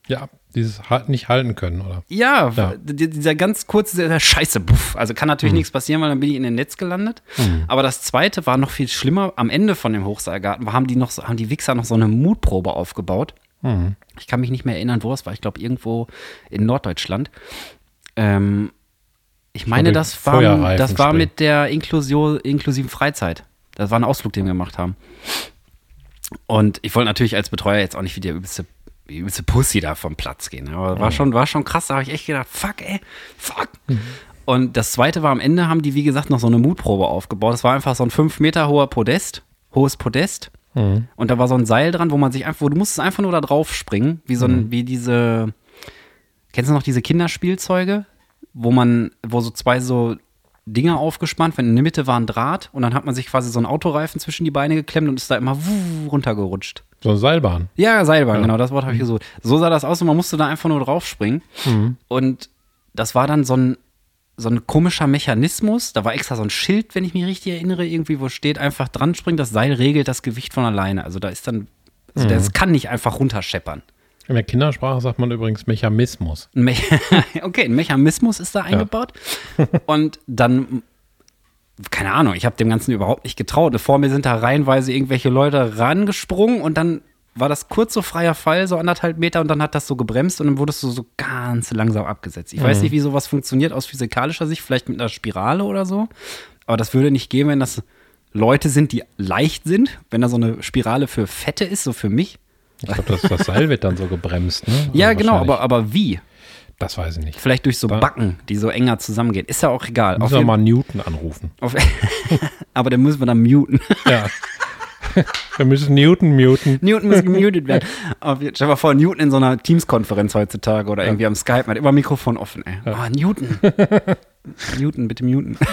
Speaker 1: Ja, dieses halt nicht halten können, oder?
Speaker 2: Ja,
Speaker 1: Ja.
Speaker 2: d- dieser ganz kurze, dieser Scheiße, buff. Also kann natürlich nichts passieren, weil dann bin ich in den Netz gelandet. Aber das zweite war noch viel schlimmer. Am Ende von dem Hochseilgarten haben die noch, so- haben die Wichser noch so eine Mutprobe aufgebaut. Ich kann mich nicht mehr erinnern, wo es war. Ich glaube, irgendwo in Norddeutschland. Ähm, ich meine,
Speaker 1: die
Speaker 2: das war,
Speaker 1: Feuerreifen
Speaker 2: das war
Speaker 1: springen.
Speaker 2: mit der Inklusio, inklusiven Freizeit. Das war ein Ausflug, den wir gemacht haben. Und ich wollte natürlich als Betreuer jetzt auch nicht wie der übelste, die übelste Pussy da vom Platz gehen. ne? Aber war, schon, war schon krass, da habe ich echt gedacht, fuck, ey, fuck. Und das zweite war am Ende, haben die, wie gesagt, noch so eine Mutprobe aufgebaut. Das war einfach so ein fünf Meter hoher Podest, hohes Podest. Und da war so ein Seil dran, wo man sich einfach, wo du musstest einfach nur da drauf springen, wie so ein, wie diese, kennst du noch diese Kinderspielzeuge, wo man, wo so zwei so Dinger aufgespannt, wenn in der Mitte war ein Draht und dann hat man sich quasi so einen Autoreifen zwischen die Beine geklemmt und ist da immer wuh, runtergerutscht.
Speaker 1: So eine Seilbahn.
Speaker 2: Ja, Seilbahn, genau, das Wort habe ich gesucht. So sah das aus und man musste da einfach nur draufspringen. Und das war dann so ein, so ein komischer Mechanismus. Da war extra so ein Schild, wenn ich mich richtig erinnere, irgendwie, wo steht, einfach dran springen, das Seil regelt das Gewicht von alleine. Also da ist dann, also das kann nicht einfach runterscheppern.
Speaker 1: In der Kindersprache sagt man übrigens Mechanismus.
Speaker 2: Ein Me okay, ein Mechanismus ist da eingebaut. Und dann, keine Ahnung, ich habe dem Ganzen überhaupt nicht getraut. Vor mir sind da reihenweise irgendwelche Leute rangesprungen und dann war das kurz so freier Fall, so anderthalb Meter, und dann hat das so gebremst und dann wurdest du so ganz langsam abgesetzt. Ich weiß nicht, wie sowas funktioniert aus physikalischer Sicht, vielleicht mit einer Spirale oder so. Aber das würde nicht gehen, wenn das Leute sind, die leicht sind, wenn da so eine Spirale für Fette ist, so für mich.
Speaker 1: Ich glaube, das, das Seil wird dann so gebremst, ne?
Speaker 2: Ja,
Speaker 1: Also
Speaker 2: genau,
Speaker 1: wahrscheinlich.
Speaker 2: aber, aber wie?
Speaker 1: Das weiß ich nicht.
Speaker 2: Vielleicht durch so Backen, die so enger zusammengehen. Ist ja auch egal.
Speaker 1: Müssen
Speaker 2: Auf
Speaker 1: wir
Speaker 2: jeden,
Speaker 1: mal Newton anrufen.
Speaker 2: auf, aber den müssen wir dann muten.
Speaker 1: Ja. wir müssen Newton muten.
Speaker 2: Newton muss gemutet werden. Auf, jeden- stell dir mal vor, Newton in so einer Teams-Konferenz heutzutage oder irgendwie am Skype, man hat immer Mikrofon offen, ey. Ah, Newton. Newton, bitte muten.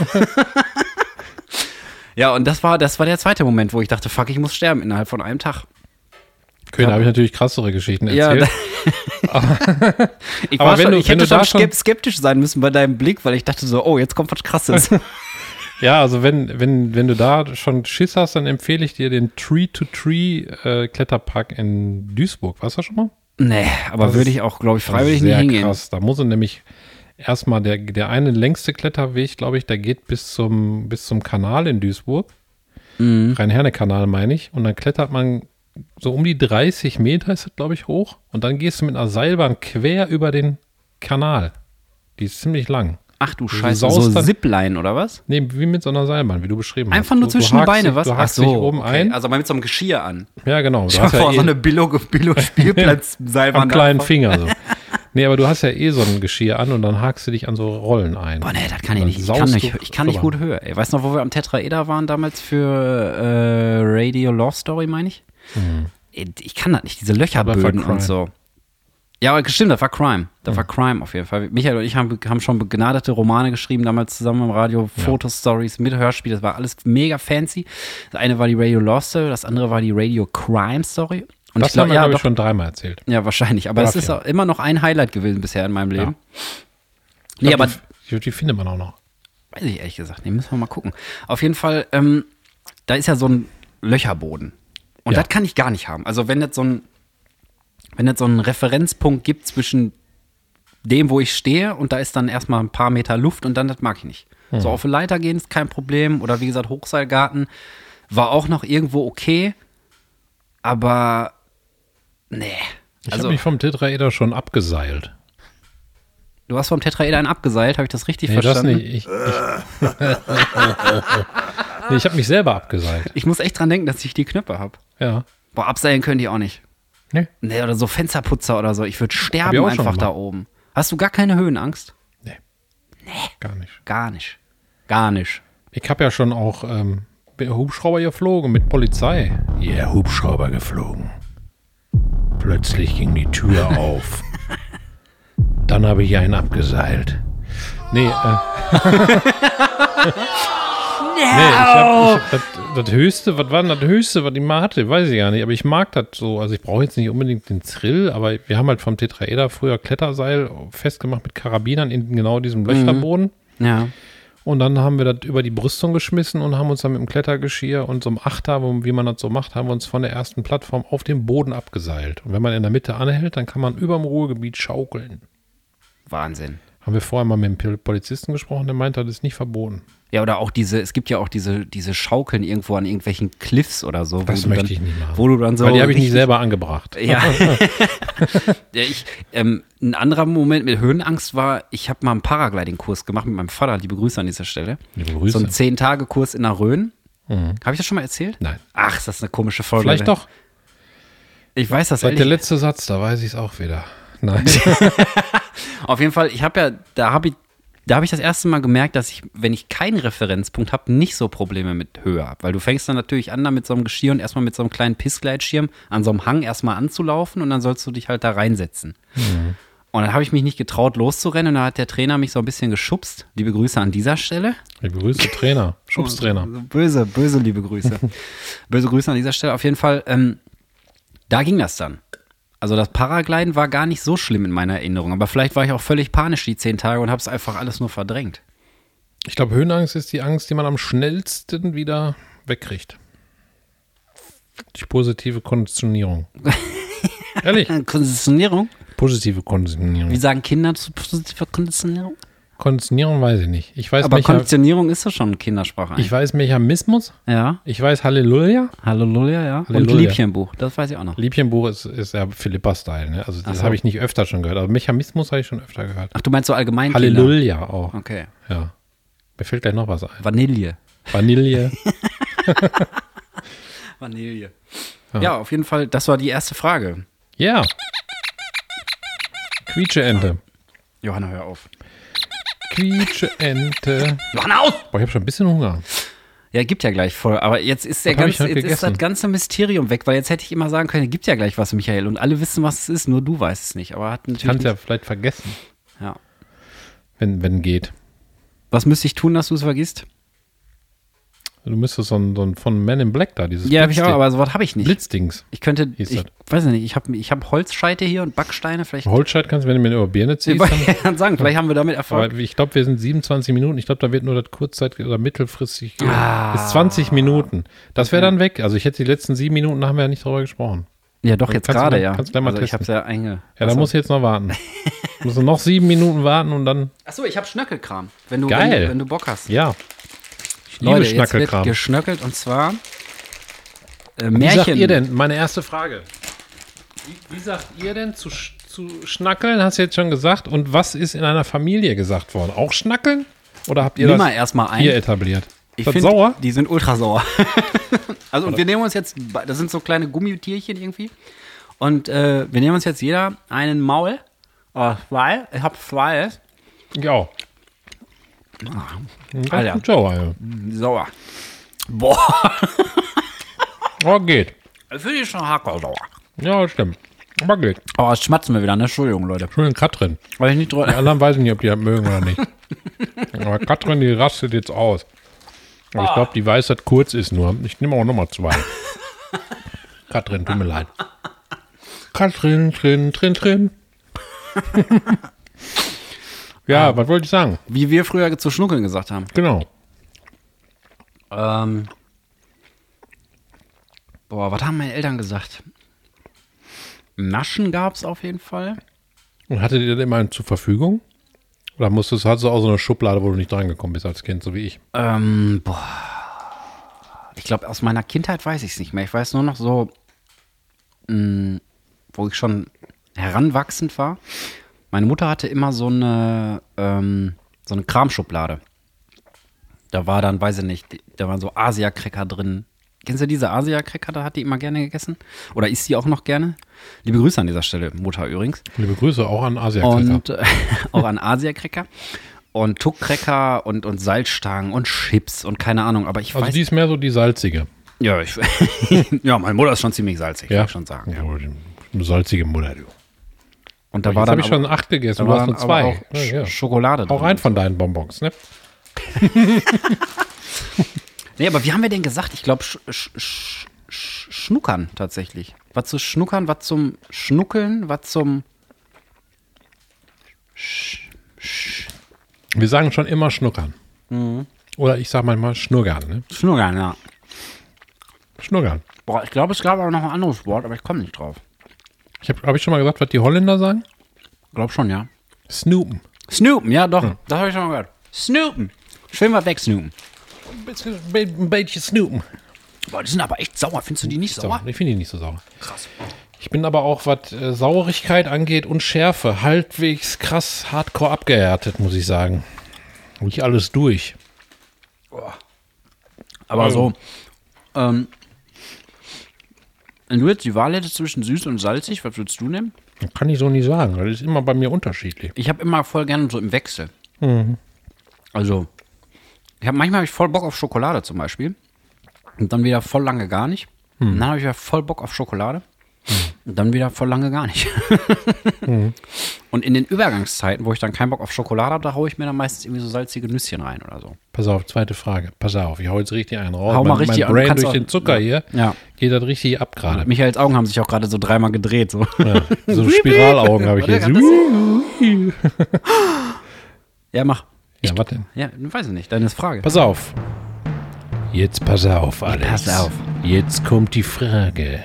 Speaker 2: ja, und das war, das war der zweite Moment, wo ich dachte, fuck, ich muss sterben innerhalb von einem Tag.
Speaker 1: Okay, da habe ich natürlich krassere Geschichten
Speaker 2: Ja,
Speaker 1: erzählt.
Speaker 2: Ich,
Speaker 1: Aber
Speaker 2: war
Speaker 1: wenn
Speaker 2: schon,
Speaker 1: du-
Speaker 2: ich
Speaker 1: wenn
Speaker 2: hätte
Speaker 1: du
Speaker 2: schon
Speaker 1: da
Speaker 2: skep-
Speaker 1: schon-
Speaker 2: skeptisch sein müssen bei deinem Blick, weil ich dachte so, oh, jetzt kommt was Krasses.
Speaker 1: Ja, also wenn, wenn, wenn du da schon Schiss hast, dann empfehle ich dir den Tree-to-Tree-Kletterpark äh, in Duisburg. Warst du da schon mal?
Speaker 2: nee, aber würde ich auch, glaube ich, freiwillig nicht
Speaker 1: Sehr
Speaker 2: hingehen.
Speaker 1: krass. Da muss er nämlich erstmal der, der eine längste Kletterweg, glaube ich, der geht bis zum, bis zum Kanal in Duisburg.
Speaker 2: Mhm.
Speaker 1: Rhein-Herne-Kanal meine ich. Und dann klettert man so um die 30 Meter, ist das, glaube ich, hoch. Und dann gehst du mit einer Seilbahn quer über den Kanal. Die ist ziemlich lang.
Speaker 2: Ach du
Speaker 1: Du
Speaker 2: Scheiße,
Speaker 1: saust
Speaker 2: so
Speaker 1: dann-
Speaker 2: Zipline oder was?
Speaker 1: Nee, wie mit so einer Seilbahn, wie du beschrieben hast.
Speaker 2: Einfach nur
Speaker 1: Du-
Speaker 2: zwischen
Speaker 1: du
Speaker 2: die
Speaker 1: hakst
Speaker 2: Beine,
Speaker 1: dich-
Speaker 2: was?
Speaker 1: Du hakst dich oben
Speaker 2: okay.
Speaker 1: ein.
Speaker 2: Also mal mit so einem Geschirr an.
Speaker 1: ja, genau. Du
Speaker 2: Ich habe
Speaker 1: hast ja
Speaker 2: vor,
Speaker 1: eh-
Speaker 2: so eine Billo-Spielplatz-Seilbahn.
Speaker 1: am kleinen Finger so. Nee, aber du hast ja eh so ein Geschirr an und dann hakst du dich an so Rollen ein.
Speaker 2: Boah, nee, das kann ich
Speaker 1: Dann
Speaker 2: nicht. Ich
Speaker 1: saust
Speaker 2: kann
Speaker 1: du
Speaker 2: nicht, ich kann nicht
Speaker 1: drüber.
Speaker 2: gut hören. Ey, weißt du noch, wo wir am Tetraeder waren damals für äh, Radio Love Story, meine ich? Ey, Ich kann das nicht, diese
Speaker 1: Hm. Aber
Speaker 2: Löcherböden
Speaker 1: das war
Speaker 2: und so. Ja, aber stimmt, das war Crime. Das
Speaker 1: Hm.
Speaker 2: war Crime auf jeden Fall. Michael und ich haben, haben schon begnadete Romane geschrieben, damals zusammen im Radio, Fotostories mit Hörspiel, das war alles mega fancy. Das eine war die Radio Love Story, das andere war die Radio Crime Story. Und
Speaker 1: Das
Speaker 2: ich glaub-
Speaker 1: haben wir,
Speaker 2: ja,
Speaker 1: glaube
Speaker 2: doch,
Speaker 1: ich, schon dreimal erzählt.
Speaker 2: ja, wahrscheinlich. Aber
Speaker 1: Oder
Speaker 2: es ist
Speaker 1: vier.
Speaker 2: auch immer noch ein Highlight gewesen bisher in meinem Leben.
Speaker 1: Ich
Speaker 2: Nee,
Speaker 1: glaub,
Speaker 2: aber
Speaker 1: die, die, die findet man auch noch.
Speaker 2: weiß ich ehrlich gesagt nicht. Müssen wir mal gucken. Auf jeden Fall, ähm, da ist ja so ein Löcherboden. Und
Speaker 1: Ja.
Speaker 2: das kann ich gar nicht haben. Also wenn jetzt so ein, wenn jetzt so einen Referenzpunkt gibt zwischen dem, wo ich stehe, und da ist dann erstmal ein paar Meter Luft und dann, das mag ich nicht. So
Speaker 1: Mhm.
Speaker 2: auf eine Leiter gehen ist kein Problem. Oder wie gesagt, Hochseilgarten war auch noch irgendwo okay. Aber nee.
Speaker 1: Ich
Speaker 2: Also
Speaker 1: habe mich vom Tetraeder schon abgeseilt.
Speaker 2: Du hast vom Tetraeder einen abgeseilt, habe ich das richtig
Speaker 1: Nee, das
Speaker 2: verstanden?
Speaker 1: nicht. Ich, ich, nee, ich habe mich selber abgeseilt.
Speaker 2: Ich muss echt dran denken, dass ich die Knöpfe habe.
Speaker 1: Ja.
Speaker 2: Boah, abseilen können die auch nicht.
Speaker 1: Nee.
Speaker 2: Nee, Ne, oder so Fensterputzer oder so. Ich würde
Speaker 1: Hab
Speaker 2: sterben
Speaker 1: ich auch schon
Speaker 2: einfach da
Speaker 1: gemacht.
Speaker 2: oben. Hast du gar keine Höhenangst?
Speaker 1: Nee. Gar nicht.
Speaker 2: Gar nicht. Gar nicht.
Speaker 1: Ich habe ja schon auch ähm, mit Hubschrauber geflogen mit Polizei. Ja, Hubschrauber geflogen. Plötzlich ging die Tür auf. Dann habe ich einen abgeseilt. Nee, äh. Nee, ich hab, ich, das, das höchste, was war denn das höchste, was ich mal hatte? Weiß ich gar nicht, aber ich mag das so. Also ich brauche jetzt nicht unbedingt den Thrill, aber wir haben halt vom Tetraeder früher Kletterseil festgemacht mit Karabinern in genau diesem Löcherboden.
Speaker 2: Ja.
Speaker 1: Und dann haben wir das über die Brüstung geschmissen und haben uns dann mit dem Klettergeschirr und so einem Achter, wo- wie man das so macht, haben wir uns von der ersten Plattform auf den Boden abgeseilt. Und wenn man in der Mitte anhält, dann kann man überm Ruhrgebiet schaukeln.
Speaker 2: Wahnsinn.
Speaker 1: Haben wir vorher mal mit dem Pol- Polizisten gesprochen, der meinte, das ist nicht verboten.
Speaker 2: Ja, oder auch diese, es gibt ja auch diese, diese Schaukeln irgendwo an irgendwelchen Cliffs oder so. wo
Speaker 1: Das
Speaker 2: du
Speaker 1: möchte
Speaker 2: dann,
Speaker 1: ich nicht machen.
Speaker 2: Wo du dann so.
Speaker 1: Weil die habe ich nicht
Speaker 2: richtig-
Speaker 1: selber angebracht.
Speaker 2: Ja. ja ich, ähm, ein anderer Moment mit Höhenangst war, ich habe mal einen Paragliding-Kurs gemacht mit meinem Vater, liebe Grüße an dieser Stelle.
Speaker 1: Liebe Grüße. Mhm.
Speaker 2: So einen 10-Tage-Kurs in der Rhön. Habe ich das schon mal erzählt?
Speaker 1: Nein.
Speaker 2: Ach, ist das ist eine komische Folge. ne?
Speaker 1: Vielleicht doch.
Speaker 2: Ich weiß das
Speaker 1: Seit der
Speaker 2: ehrlich.
Speaker 1: letzte Satz, da weiß ich es auch wieder. Nein.
Speaker 2: Auf jeden Fall, ich habe ja, da habe ich, da habe ich das erste Mal gemerkt, dass ich, wenn ich keinen Referenzpunkt habe, nicht so Probleme mit Höhe habe. Weil du fängst dann natürlich an, da mit so einem Geschirr und erstmal mit so einem kleinen Pissgleitschirm an so einem Hang erstmal anzulaufen und dann sollst du dich halt da reinsetzen. Und dann habe ich mich nicht getraut, loszurennen und da hat der Trainer mich so ein bisschen geschubst. Liebe Grüße an dieser Stelle.
Speaker 1: Liebe Grüße, Trainer, Schubstrainer.
Speaker 2: Böse, böse liebe Grüße. böse Grüße an dieser Stelle. Auf jeden Fall, ähm, da ging das dann. Also das Paragliden war gar nicht so schlimm in meiner Erinnerung. Aber vielleicht war ich auch völlig panisch die zehn Tage und habe es einfach alles nur verdrängt.
Speaker 1: Ich glaube, Höhenangst ist die Angst, die man am schnellsten wieder wegkriegt. Die positive Konditionierung. Ehrlich,
Speaker 2: Äh, Konditionierung?
Speaker 1: positive
Speaker 2: Wie
Speaker 1: Konditionierung.
Speaker 2: sagen Kinder zu positiver Konditionierung?
Speaker 1: Konditionierung weiß ich nicht. Ich weiß,
Speaker 2: Aber
Speaker 1: Mecha
Speaker 2: Konditionierung ist doch schon Kindersprache.
Speaker 1: ich
Speaker 2: eigentlich.
Speaker 1: weiß Mechanismus,
Speaker 2: ja,
Speaker 1: ich weiß Halleluja.
Speaker 2: Halleluja, ja. Und
Speaker 1: Halleluja.
Speaker 2: Liebchenbuch, das weiß ich auch noch.
Speaker 1: Liebchenbuch ist, ist ja Philippa-Style, ne? Also das
Speaker 2: so.
Speaker 1: habe ich nicht öfter schon gehört. Aber Mechanismus habe ich schon öfter gehört.
Speaker 2: Ach, du meinst so allgemein Kinder?
Speaker 1: Halleluja auch.
Speaker 2: Okay.
Speaker 1: Ja. Mir fällt gleich noch was ein.
Speaker 2: Vanille.
Speaker 1: Vanille.
Speaker 2: Vanille. ja, auf jeden Fall, das war die erste Frage.
Speaker 1: Ja. Quietscheente.
Speaker 2: Johanna, hör auf.
Speaker 1: Quietscheente.
Speaker 2: Johanna, auf!
Speaker 1: Boah, ich habe schon ein bisschen Hunger.
Speaker 2: Ja, gibt ja gleich voll. Aber jetzt ist der
Speaker 1: Was hab ich
Speaker 2: ganze,
Speaker 1: heute
Speaker 2: jetzt ist das
Speaker 1: gegessen?
Speaker 2: ganze Mysterium weg, weil jetzt hätte ich immer sagen können, gibt ja gleich was, Michael. Und alle wissen, was es ist, nur du weißt es nicht. Aber hat
Speaker 1: Ich kann
Speaker 2: natürlich.
Speaker 1: es ja vielleicht vergessen,
Speaker 2: nicht- ja.
Speaker 1: wenn, wenn geht.
Speaker 2: Was müsste ich tun, dass du es vergisst?
Speaker 1: Also Du müsstest so ein, so ein von Men in Black da, dieses
Speaker 2: Ja, habe ich auch,
Speaker 1: Blitzding-
Speaker 2: aber sowas habe ich nicht.
Speaker 1: Blitzdings.
Speaker 2: Ich könnte,
Speaker 1: Hieß
Speaker 2: ich
Speaker 1: das.
Speaker 2: weiß nicht, ich habe ich hab Holzscheite hier und Backsteine, vielleicht.
Speaker 1: Holzscheit kannst du, wenn du mir über Birne
Speaker 2: Ich
Speaker 1: ziehst. Dann,
Speaker 2: wollte gerade sagen, vielleicht haben wir damit Erfolg.
Speaker 1: aber ich glaube, wir sind 27 Minuten. Ich glaube, da wird nur das kurzzeit- oder mittelfristig
Speaker 2: Ah.
Speaker 1: bis 20 Minuten. Das wäre dann weg. Also ich hätte die letzten sieben Minuten, da haben wir ja nicht drüber gesprochen.
Speaker 2: ja, doch, jetzt
Speaker 1: kannst du
Speaker 2: gerade,
Speaker 1: gleich-
Speaker 2: ja.
Speaker 1: kannst du gleich mal
Speaker 2: also, ich habe es
Speaker 1: testen.
Speaker 2: ja einge.
Speaker 1: Ja, da muss ich jetzt noch warten. Muss noch sieben Minuten warten und dann,
Speaker 2: Achso, ich habe Schnöckelkram, wenn du,
Speaker 1: Geil.
Speaker 2: Wenn, du- wenn du Bock hast.
Speaker 1: ja. Ich liebe
Speaker 2: Leute, jetzt wird
Speaker 1: Schnackelkram.
Speaker 2: geschnöckelt und zwar äh,
Speaker 1: Wie
Speaker 2: Märchen.
Speaker 1: sagt ihr denn? Meine erste Frage. Wie, wie sagt ihr denn zu, sch- zu Schnackeln? Hast du jetzt schon gesagt. Und was ist in einer Familie gesagt worden? Auch Schnackeln? Oder habt ihr
Speaker 2: Nimm
Speaker 1: das
Speaker 2: mal erstmal ein.
Speaker 1: hier etabliert?
Speaker 2: Ich
Speaker 1: das
Speaker 2: find,
Speaker 1: sauer?
Speaker 2: Die sind ultra sauer. also, und wir nehmen uns jetzt, das sind so kleine Gummitierchen irgendwie. Und äh, wir nehmen uns jetzt jeder einen Maul. Äh, zwei. Ich hab zwei.
Speaker 1: Mhm. Ja. Ganz
Speaker 2: Alter.
Speaker 1: gut sauer, ja.
Speaker 2: Sauer. Boah.
Speaker 1: Aber geht.
Speaker 2: Für die schon hardcore sauer.
Speaker 1: Ja, stimmt. Aber geht.
Speaker 2: Aber jetzt schmatzen wir wieder, ne? Entschuldigung, Leute.
Speaker 1: Schön Katrin.
Speaker 2: Weil ich nicht drüber.
Speaker 1: Die anderen weiß ich nicht, ob die das mögen oder nicht. Aber Katrin, die rastet jetzt aus. Aber ich glaube, die weiß, dass kurz ist nur. Ich nehme auch nochmal zwei. Katrin, tut mir leid. Katrin, Trin, Trin, Trin. ja,
Speaker 2: Ah.
Speaker 1: was wollte ich sagen?
Speaker 2: Wie wir früher zu schnuckeln gesagt haben.
Speaker 1: Genau.
Speaker 2: Ähm. Boah, was haben meine Eltern gesagt? Naschen gab's auf jeden Fall.
Speaker 1: Und hattet ihr das immer zur Verfügung? Oder musstest, hattest du auch so eine Schublade, wo du nicht reingekommen bist als Kind, so wie ich?
Speaker 2: Ähm, boah. Ich glaube, aus meiner Kindheit weiß ich es nicht mehr. Ich weiß nur noch so, mh, wo ich schon heranwachsend war. Meine Mutter hatte immer so eine, ähm, so eine Kramschublade. Da war dann, weiß ich nicht, da waren so Asia-Cracker drin. Kennst du diese Asia-Cracker? Da hat die immer gerne gegessen. Oder isst die auch noch gerne? Liebe Grüße an dieser Stelle, Mutter übrigens.
Speaker 1: Liebe Grüße auch an asia
Speaker 2: Und äh, auch an Asia-Cracker. Und Tuck-Cracker und, und Salzstangen und Chips und keine Ahnung. Aber ich
Speaker 1: Also
Speaker 2: weiß.
Speaker 1: die ist mehr so die salzige.
Speaker 2: ja, ich, ja, meine Mutter ist schon ziemlich salzig,
Speaker 1: Ja.
Speaker 2: ja. ich schon sagen.
Speaker 1: Ja, aber die salzige Mutter, du.
Speaker 2: Und da
Speaker 1: Jetzt
Speaker 2: war dann
Speaker 1: habe ich schon acht gegessen,
Speaker 2: da
Speaker 1: du hast
Speaker 2: waren
Speaker 1: nur
Speaker 2: aber
Speaker 1: zwei.
Speaker 2: Auch Sch-
Speaker 1: ja, ja.
Speaker 2: Schokolade
Speaker 1: Auch ein von deinen Bonbons, ne?
Speaker 2: Nee, aber wie haben wir denn gesagt? Ich glaube, sch sch sch sch Schnuckern tatsächlich. Was zu Schnuckern, was zum Schnuckeln, was zum.
Speaker 1: Wir sagen schon immer schnuckern. Mhm. Oder ich sage manchmal schnuggern, ne?
Speaker 2: Schnuckern, ja.
Speaker 1: Schnuggern.
Speaker 2: Boah, ich glaube, es gab aber noch ein anderes Wort, aber ich komme nicht drauf.
Speaker 1: Ich habe hab ich schon mal gesagt, was die Holländer sagen?
Speaker 2: Glaub schon, ja.
Speaker 1: Snoopen.
Speaker 2: Snoopen, ja,
Speaker 1: Hm.
Speaker 2: doch. Das habe ich schon mal gehört. Snoopen. Schön was weg, Snoopen.
Speaker 1: Ein bisschen, ein bisschen snoopen.
Speaker 2: Boah, die sind aber echt sauer. Findest du die nicht sauer?
Speaker 1: Sauer. Ich finde die nicht so sauer. Krass. Ich bin aber auch, was äh, Saurigkeit angeht und Schärfe, halbwegs krass hardcore abgehärtet, muss ich sagen. Hab ich alles durch.
Speaker 2: Aber so. Ähm, wenn du jetzt die Wahl hättest zwischen süß und salzig, was würdest du nehmen?
Speaker 1: Kann ich so nie sagen. weil Das ist immer bei mir unterschiedlich.
Speaker 2: Ich habe immer voll gerne so im Wechsel. Also, ich hab, manchmal habe ich voll Bock auf Schokolade zum Beispiel. Und dann wieder voll lange gar nicht. Und dann habe ich wieder voll Bock auf Schokolade. Und dann wieder voll lange gar nicht. Und in den Übergangszeiten, wo ich dann keinen Bock auf Schokolade habe, da haue ich mir dann meistens irgendwie so salzige Nüsschen rein oder so.
Speaker 1: Pass auf, zweite Frage. Pass auf, ich hau jetzt richtig einen raus.
Speaker 2: Hau mal
Speaker 1: mein,
Speaker 2: richtig an,
Speaker 1: mein Brain
Speaker 2: kannst
Speaker 1: durch
Speaker 2: auch-
Speaker 1: den Zucker hier
Speaker 2: Ja.
Speaker 1: geht das richtig ab gerade.
Speaker 2: Michaels Augen haben sich auch gerade so dreimal gedreht. So.
Speaker 1: So Spiralaugen habe ich
Speaker 2: Warte,
Speaker 1: jetzt.
Speaker 2: kann das-
Speaker 1: Ui.
Speaker 2: Ja, mach.
Speaker 1: Ja, was denn?
Speaker 2: Ja, weiß ich nicht. Deine Frage.
Speaker 1: Pass auf. Jetzt pass auf, Alex.
Speaker 2: Pass auf.
Speaker 1: Jetzt kommt die Frage.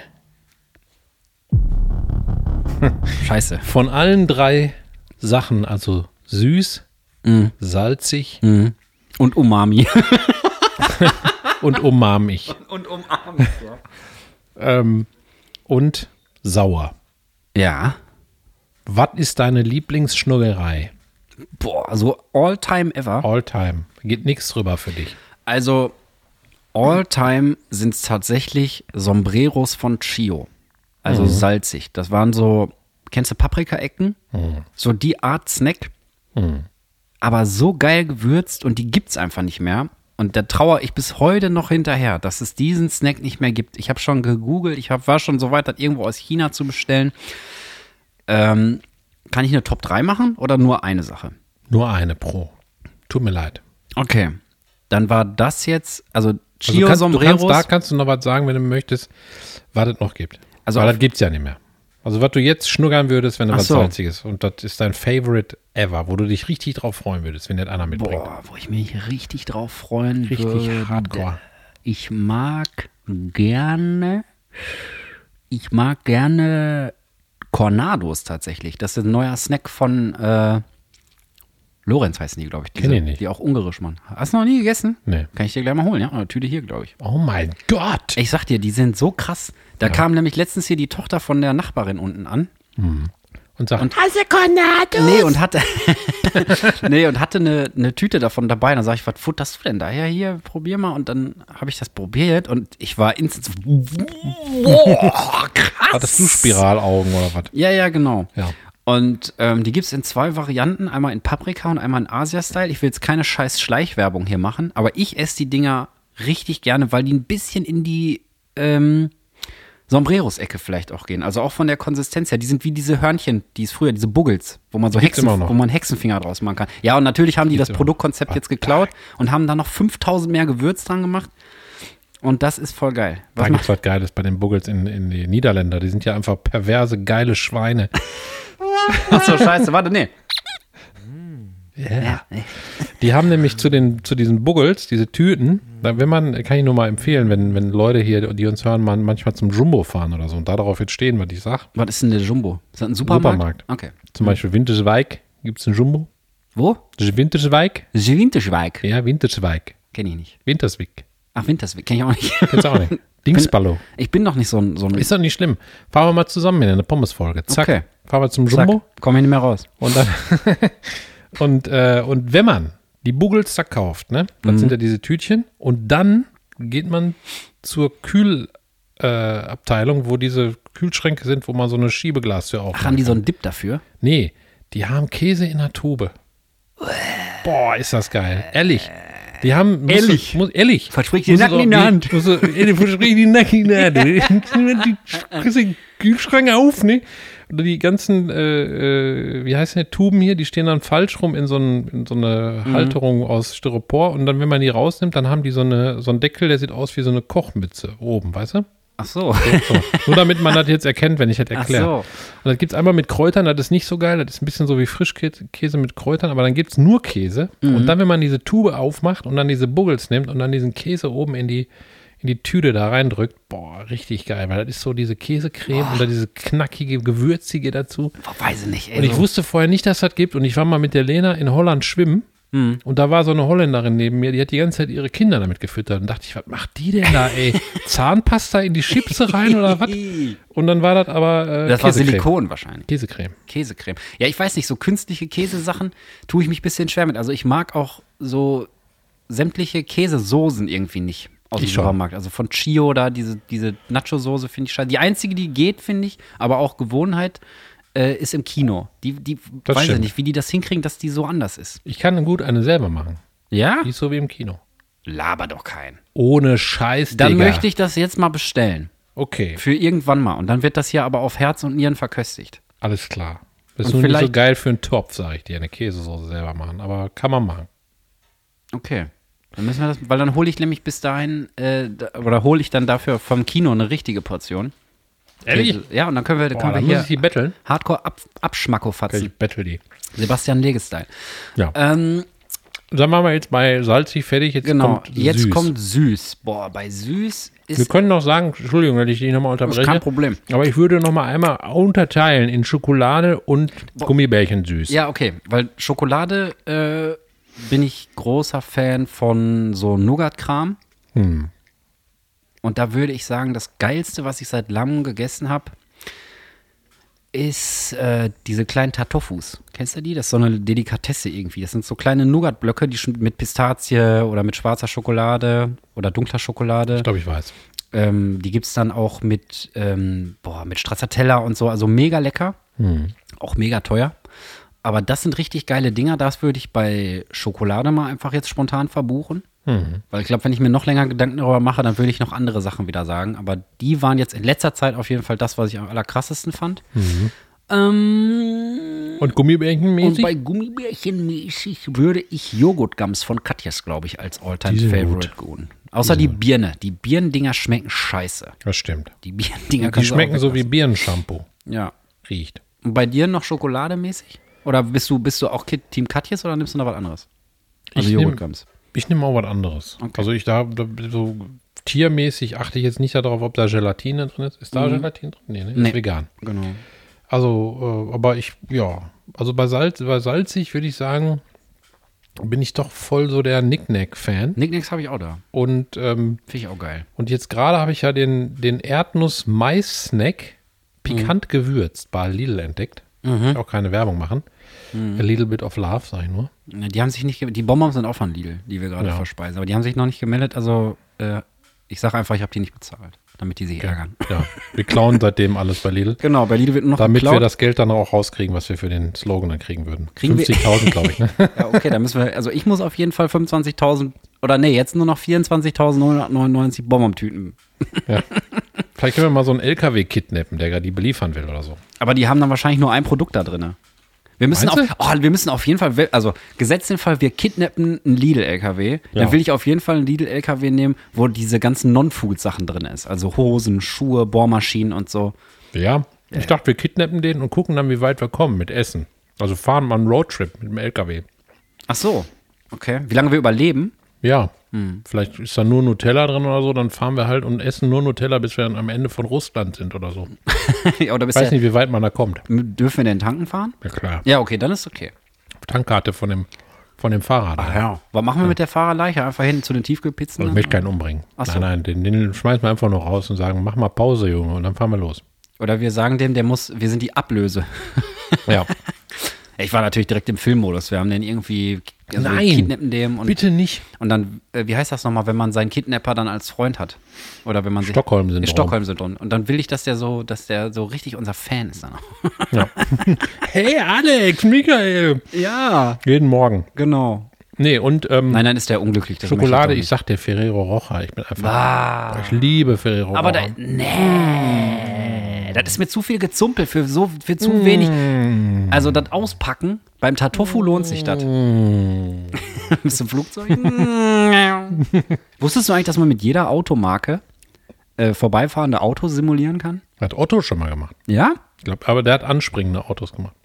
Speaker 2: Scheiße.
Speaker 1: Von allen drei Sachen, also süß,
Speaker 2: Mhm.
Speaker 1: salzig
Speaker 2: Und Umami.
Speaker 1: und umarmig
Speaker 2: Und Umami.
Speaker 1: ähm, und sauer.
Speaker 2: Ja.
Speaker 1: Was ist deine Lieblingsschnuggerei?
Speaker 2: Boah, so all time ever.
Speaker 1: All time. Geht nichts drüber für dich.
Speaker 2: Also, all time sind es tatsächlich Sombreros von Chio. Also salzig. Das waren so, kennst du Paprika-Ecken? So die Art Snack. Aber so geil gewürzt und die gibt's einfach nicht mehr. Und da trauere ich bis heute noch hinterher, dass es diesen Snack nicht mehr gibt. Ich habe schon gegoogelt, ich hab, war schon so weit, das irgendwo aus China zu bestellen. Ähm, kann ich eine Top 3 machen oder nur eine Sache?
Speaker 1: Nur eine pro. Tut mir leid.
Speaker 2: Okay. Dann war das jetzt, also
Speaker 1: Also
Speaker 2: Chio
Speaker 1: kannst, du
Speaker 2: Sombreros.
Speaker 1: kannst, da kannst du noch was sagen, wenn du möchtest, was es noch gibt. Also
Speaker 2: Also
Speaker 1: Weil
Speaker 2: auf-
Speaker 1: das gibt es ja nicht mehr. Also was du jetzt schnuggern würdest, wenn du
Speaker 2: Ach
Speaker 1: was
Speaker 2: so.
Speaker 1: Salziges und das ist dein Favorite ever, wo du dich richtig drauf freuen würdest, wenn das einer mitbringt.
Speaker 2: Boah, wo ich mich richtig drauf freuen
Speaker 1: Richtig
Speaker 2: würde.
Speaker 1: hardcore.
Speaker 2: Ich mag gerne, ich mag gerne Cornados tatsächlich. Das ist ein neuer Snack von äh, Lorenz heißen die, glaube ich. Diese,
Speaker 1: Kenn ich nicht.
Speaker 2: Die auch ungarisch, Mann. Hast du noch nie gegessen?
Speaker 1: Nee.
Speaker 2: Kann ich dir gleich mal holen, ja? Eine Tüte hier, glaube ich.
Speaker 1: Oh mein Gott!
Speaker 2: Ich sag dir, die sind so krass. Da kam nämlich letztens hier die Tochter von der Nachbarin unten an.
Speaker 1: Und sag,
Speaker 3: Also Cornado.
Speaker 2: Nee, und hatte, nee, und hatte eine, eine Tüte davon dabei. Dann sage ich, was futterst du denn da? Ja, hier, probier mal. Und dann habe ich das probiert und ich war instant so, boah, krass.
Speaker 1: hattest du Spiralaugen oder was?
Speaker 2: Ja, ja, genau.
Speaker 1: Ja.
Speaker 2: Und ähm, die gibt es in zwei Varianten, einmal in Paprika und einmal in Asia-Style. Ich will jetzt keine scheiß Schleichwerbung hier machen, aber ich esse die Dinger richtig gerne, weil die ein bisschen in die ähm, Sombreros-Ecke vielleicht auch gehen. Also auch von der Konsistenz her. Die sind wie diese Hörnchen, die es früher, diese Buggels, wo man so
Speaker 1: gibt's
Speaker 2: Hexen,
Speaker 1: immer noch.
Speaker 2: wo man Hexenfinger draus machen kann. Ja, und natürlich haben die das
Speaker 1: immer noch.
Speaker 2: Produktkonzept jetzt geklaut und haben da noch 5000 mehr Gewürz dran gemacht. Und das ist voll geil.
Speaker 1: Da
Speaker 2: Was
Speaker 1: gibt's was Geiles bei den Buggels in, in die Niederländer. Die sind ja einfach perverse, geile Schweine.
Speaker 2: Achso, scheiße, warte, nee. Ja.
Speaker 1: Die haben nämlich zu, den, zu diesen Buggles, diese Tüten, da, wenn man, kann ich nur mal empfehlen, wenn, wenn Leute hier, die uns hören, man, manchmal zum Jumbo fahren oder so und darauf jetzt stehen, was ich sag.
Speaker 2: Was ist denn der Jumbo? Ist das ein Supermarkt?
Speaker 1: Supermarkt.
Speaker 2: Okay.
Speaker 1: Zum Beispiel Winterswijk, gibt's einen Jumbo?
Speaker 2: Wo?
Speaker 1: Winterswijk?
Speaker 2: Winterschweig.
Speaker 1: Ja, Winterswijk.
Speaker 2: Kenn ich nicht.
Speaker 1: Winterswijk.
Speaker 2: Ach, Winterswijk kenn ich auch nicht.
Speaker 1: Kennst du auch nicht. Dingsballo.
Speaker 2: Ich bin noch nicht so ein. So ein
Speaker 1: Ist doch nicht schlimm. Fahren wir mal zusammen in eine Pommesfolge. Zack.
Speaker 2: Okay.
Speaker 1: Fahren wir zum
Speaker 2: Zack,
Speaker 1: Jumbo
Speaker 2: Komm hier nicht mehr raus.
Speaker 1: und dann. und, äh, und wenn man die Buggels da kauft, ne,
Speaker 2: Mhm.
Speaker 1: dann sind ja diese Tütchen und dann geht man zur Kühlabteilung, äh, Abteilung, wo diese Kühlschränke sind, wo man so eine Schiebeglastür
Speaker 2: Ach,
Speaker 1: aufmacht.
Speaker 2: haben die so einen Dip dafür?
Speaker 1: Nee, die haben Käse in der Tube. Boah, ist das geil. Ehrlich. Die haben. musst du-
Speaker 2: Ehrlich.
Speaker 1: Muss, ehrlich.
Speaker 2: Versprich dir
Speaker 1: Musst du
Speaker 2: Nacken
Speaker 1: doch-
Speaker 2: in der
Speaker 1: die-
Speaker 2: Hand.
Speaker 1: musst du- ey, die Versprich die Nacken in der Hand. Die kriegst den Kühlschrank auf, ne? Oder die ganzen, äh, äh, wie heißen die Tuben hier, die stehen dann falsch rum in so, einen, in so eine
Speaker 2: Mhm.
Speaker 1: Halterung aus Styropor und dann, wenn man die rausnimmt, dann haben die so, eine, so einen Deckel, der sieht aus wie so eine Kochmütze oben, weißt du?
Speaker 2: Ach so.
Speaker 1: So. Nur damit man das jetzt erkennt, wenn ich das
Speaker 2: Ach
Speaker 1: erkläre.
Speaker 2: so.
Speaker 1: Und das gibt es einmal mit Kräutern, das ist nicht so geil, das ist ein bisschen so wie Frischkäse mit Kräutern, aber dann gibt es nur Käse.
Speaker 2: Mhm.
Speaker 1: Und dann, wenn man diese Tube aufmacht und dann diese Buggels nimmt und dann diesen Käse oben in die, in die Tüte da reindrückt, boah, richtig geil, weil das ist so diese Käsecreme und dann diese knackige, gewürzige dazu.
Speaker 2: Boah, weiß ich nicht, ey.
Speaker 1: Und ich
Speaker 2: so.
Speaker 1: wusste vorher nicht, dass das gibt und ich war mal mit der Lena in Holland schwimmen.
Speaker 2: Mhm.
Speaker 1: Und da war so eine Holländerin neben mir, die hat die ganze Zeit ihre Kinder damit gefüttert. Und dachte ich, was macht die denn da, ey? Zahnpasta in die Chips rein oder was?
Speaker 2: Ih.
Speaker 1: Und dann war das aber äh,
Speaker 2: das war
Speaker 1: Käsecreme.
Speaker 2: Silikon wahrscheinlich.
Speaker 1: Käsecreme.
Speaker 2: Käsecreme. Ja, ich weiß nicht, so künstliche Käsesachen tue ich mich ein bisschen schwer mit. Also ich mag auch so sämtliche Käsesoßen irgendwie nicht aus dem
Speaker 1: Ich schon.
Speaker 2: Supermarkt. Also von Chio da, diese, diese Nacho-Soße finde ich scheiße. Die einzige, die geht, finde ich, aber auch Gewohnheit, äh, ist im Kino. Die, die
Speaker 1: Das
Speaker 2: weiß ich
Speaker 1: stimmt.
Speaker 2: nicht, wie die das hinkriegen, dass die so anders ist.
Speaker 1: Ich kann gut eine selber machen.
Speaker 2: Ja?
Speaker 1: Die ist so wie im Kino.
Speaker 2: Laber doch keinen.
Speaker 1: Ohne Scheiß,
Speaker 2: Dann
Speaker 1: Digga.
Speaker 2: möchte ich das jetzt mal bestellen.
Speaker 1: Okay,
Speaker 2: Für irgendwann mal. Und dann wird das hier aber auf Herz und Nieren verköstigt.
Speaker 1: alles klar. Das ist
Speaker 2: Und
Speaker 1: nur nicht so
Speaker 2: vielleicht-
Speaker 1: geil für einen Topf, sage ich dir. Eine Käsesoße selber machen. Aber kann man machen.
Speaker 2: Okay. Dann müssen wir das, weil dann hole ich nämlich bis dahin, äh, da, oder hole ich dann dafür vom Kino eine richtige Portion. Käse. Ja, und dann können wir,
Speaker 1: Boah,
Speaker 2: können wir
Speaker 1: dann muss ich die
Speaker 2: hier
Speaker 1: betteln.
Speaker 2: Hardcore ab, abschmackofatzen.
Speaker 1: Ich bettel die.
Speaker 2: Sebastian Legestein.
Speaker 1: Ja.
Speaker 2: Ähm,
Speaker 1: Dann machen wir jetzt mal salzig fertig. Jetzt
Speaker 2: genau,
Speaker 1: kommt
Speaker 2: jetzt
Speaker 1: süß.
Speaker 2: kommt süß. Boah, bei süß
Speaker 1: Wir
Speaker 2: ist
Speaker 1: können noch sagen, Entschuldigung, wenn ich dich nochmal unterbreche.
Speaker 2: kein Problem.
Speaker 1: Aber ich würde nochmal einmal unterteilen in Schokolade und Gummibärchen süß.
Speaker 2: Ja, okay, weil Schokolade äh, bin ich großer Fan von so Nougat-Kram. Und da würde ich sagen, das Geilste, was ich seit langem gegessen habe, ist äh, diese kleinen Tartofus. Kennst du die? Das ist so eine Delikatesse irgendwie. Das sind so kleine Nougat-Blöcke, die schon mit Pistazie oder mit schwarzer Schokolade oder dunkler Schokolade.
Speaker 1: Ich glaube, ich weiß.
Speaker 2: Ähm, die gibt es dann auch mit, ähm, boah, mit Stracciatella und so. Also mega lecker. Auch mega teuer. Aber das sind richtig geile Dinger. Das würde ich bei Schokolade mal einfach jetzt spontan verbuchen. Weil ich glaube, wenn ich mir noch länger Gedanken darüber mache, dann würde ich noch andere Sachen wieder sagen. Aber die waren jetzt in letzter Zeit auf jeden Fall das, was ich am allerkrassesten fand. Ähm,
Speaker 1: Und Gummibärchen
Speaker 2: und
Speaker 1: mäßig?
Speaker 2: bei Gummibärchen mäßig würde ich Joghurtgums von Katjes, glaube ich, als
Speaker 1: Die sind
Speaker 2: Alltime-Favorite gehen. Außer die Birne. Die Birnendinger schmecken scheiße.
Speaker 1: Das stimmt.
Speaker 2: Die Birnendinger
Speaker 1: Die
Speaker 2: kannst du
Speaker 1: schmecken
Speaker 2: auch
Speaker 1: so wie
Speaker 2: weglassen.
Speaker 1: Birnenshampoo.
Speaker 2: Ja.
Speaker 1: Riecht.
Speaker 2: Und bei dir noch Schokolade mäßig? Oder bist du, bist du auch Kid Team Katjes oder nimmst du noch was anderes? Also
Speaker 1: nehm-
Speaker 2: Joghurtgums.
Speaker 1: Ich nehme auch was anderes.
Speaker 2: Okay.
Speaker 1: Also ich da, da so tiermäßig achte ich jetzt nicht darauf, ob da Gelatine drin ist. Ist da Gelatine drin? Nee, ne?
Speaker 2: Mhm. Nee.
Speaker 1: Ist vegan.
Speaker 2: Genau.
Speaker 1: Also, äh, aber ich, ja. Also bei, Salz, bei salzig würde ich sagen, bin ich doch voll so der Knickknack-Fan.
Speaker 2: Nicknacks habe ich auch da.
Speaker 1: Und, ähm,
Speaker 2: Finde ich auch geil.
Speaker 1: und jetzt gerade habe ich ja den, den Erdnuss-Mais-Snack
Speaker 2: Mhm.
Speaker 1: pikant gewürzt bei Lidl entdeckt. Ich will auch keine Werbung machen.
Speaker 2: Mhm.
Speaker 1: A little bit of love, sage ich nur.
Speaker 2: Ne, Die haben sich nicht, ge- die Bonbons sind auch von Lidl, die wir gerade
Speaker 1: Ja.
Speaker 2: verspeisen. Aber die haben sich noch nicht gemeldet. Also äh, ich sage einfach, ich habe die nicht bezahlt, damit die sich ärgern.
Speaker 1: Ja, wir klauen seitdem alles bei Lidl.
Speaker 2: Genau, bei Lidl wird nur noch
Speaker 1: Damit wir
Speaker 2: geklaut.
Speaker 1: das Geld dann auch rauskriegen, was wir für den Slogan dann kriegen würden.
Speaker 2: Kriegen wir-
Speaker 1: 50.000, glaube ich. Ne?
Speaker 2: Ja, okay, dann müssen wir, also ich muss auf jeden Fall 25.000 oder nee, jetzt nur noch 24.999 Bonbon-Tüten.
Speaker 1: Vielleicht können wir mal so einen LKW kidnappen, der gerade die beliefern will oder so.
Speaker 2: Aber die haben dann wahrscheinlich nur ein Produkt da drin. Wir müssen, auf,
Speaker 1: Meinst
Speaker 2: oh, wir müssen auf jeden Fall, we- also gesetzt den Fall, wir kidnappen einen Lidl-LKW,
Speaker 1: Ja.
Speaker 2: dann will ich auf jeden Fall einen Lidl-LKW nehmen, wo diese ganzen Non-Food-Sachen drin ist. Also Hosen, Schuhe, Bohrmaschinen und so.
Speaker 1: Ja. Ich dachte, wir kidnappen den und gucken dann, wie weit wir kommen mit Essen. Also fahren mal einen Roadtrip mit dem LKW.
Speaker 2: Ach so, okay. Wie lange wir überleben?
Speaker 1: Ja.
Speaker 2: Hm.
Speaker 1: Vielleicht ist da nur Nutella drin oder so, dann fahren wir halt und essen nur Nutella, bis wir dann am Ende von Russland sind oder so.
Speaker 2: Ja, oder bis
Speaker 1: Ich weiß
Speaker 2: der,
Speaker 1: nicht, wie weit man da kommt.
Speaker 2: dürfen wir denn tanken fahren?
Speaker 1: Ja klar.
Speaker 2: Ja, okay, dann ist okay.
Speaker 1: Tankkarte von dem, von dem Fahrrad.
Speaker 2: Ja. Was machen wir mit der Fahrerleiche? Einfach hinten zu den Tiefkühlpizzen?
Speaker 1: Also ich
Speaker 2: dann?
Speaker 1: möchte keinen umbringen.
Speaker 2: Ach so.
Speaker 1: Nein, nein, den, den schmeißen wir einfach nur raus und sagen, mach mal Pause, Junge, und dann fahren wir los.
Speaker 2: Oder wir sagen dem, der muss, wir sind die Ablöse.
Speaker 1: Ja.
Speaker 2: Ich war natürlich direkt im Filmmodus. Wir haben den irgendwie also wir
Speaker 1: Nein.
Speaker 2: kidnappen dem und,
Speaker 1: Bitte nicht.
Speaker 2: und dann, äh, wie heißt das nochmal, wenn man seinen Kidnapper dann als Freund hat? Oder wenn man sich-
Speaker 1: Stockholm-Syndrom.
Speaker 2: Stockholm-Syndrom. Und dann will ich, dass der so, dass der so richtig unser Fan ist dann auch.
Speaker 1: Ja. hey Alex, Michael.
Speaker 2: Ja,
Speaker 1: Jeden Morgen.
Speaker 2: genau.
Speaker 1: Nee, und ähm,
Speaker 2: Nein, nein, ist der unglücklich. Das
Speaker 1: Schokolade, ich
Speaker 2: möchte
Speaker 1: sag dir Ferrero Rocher. Ich bin
Speaker 2: ich
Speaker 1: einfach.
Speaker 2: ah.
Speaker 1: Ich liebe Ferrero
Speaker 2: Aber da,
Speaker 1: Rocher.
Speaker 2: nee, das ist mir zu viel Gezumpel für, so, für zu wenig.
Speaker 1: Mm.
Speaker 2: Also das Auspacken, beim Tartuffu lohnt sich das.
Speaker 1: Hm.
Speaker 2: Bist du im Flugzeug? Wusstest du eigentlich, dass man mit jeder Automarke äh, vorbeifahrende Autos simulieren kann?
Speaker 1: Hat Otto schon mal gemacht.
Speaker 2: Ja?
Speaker 1: Ich glaub, aber der hat anspringende Autos gemacht.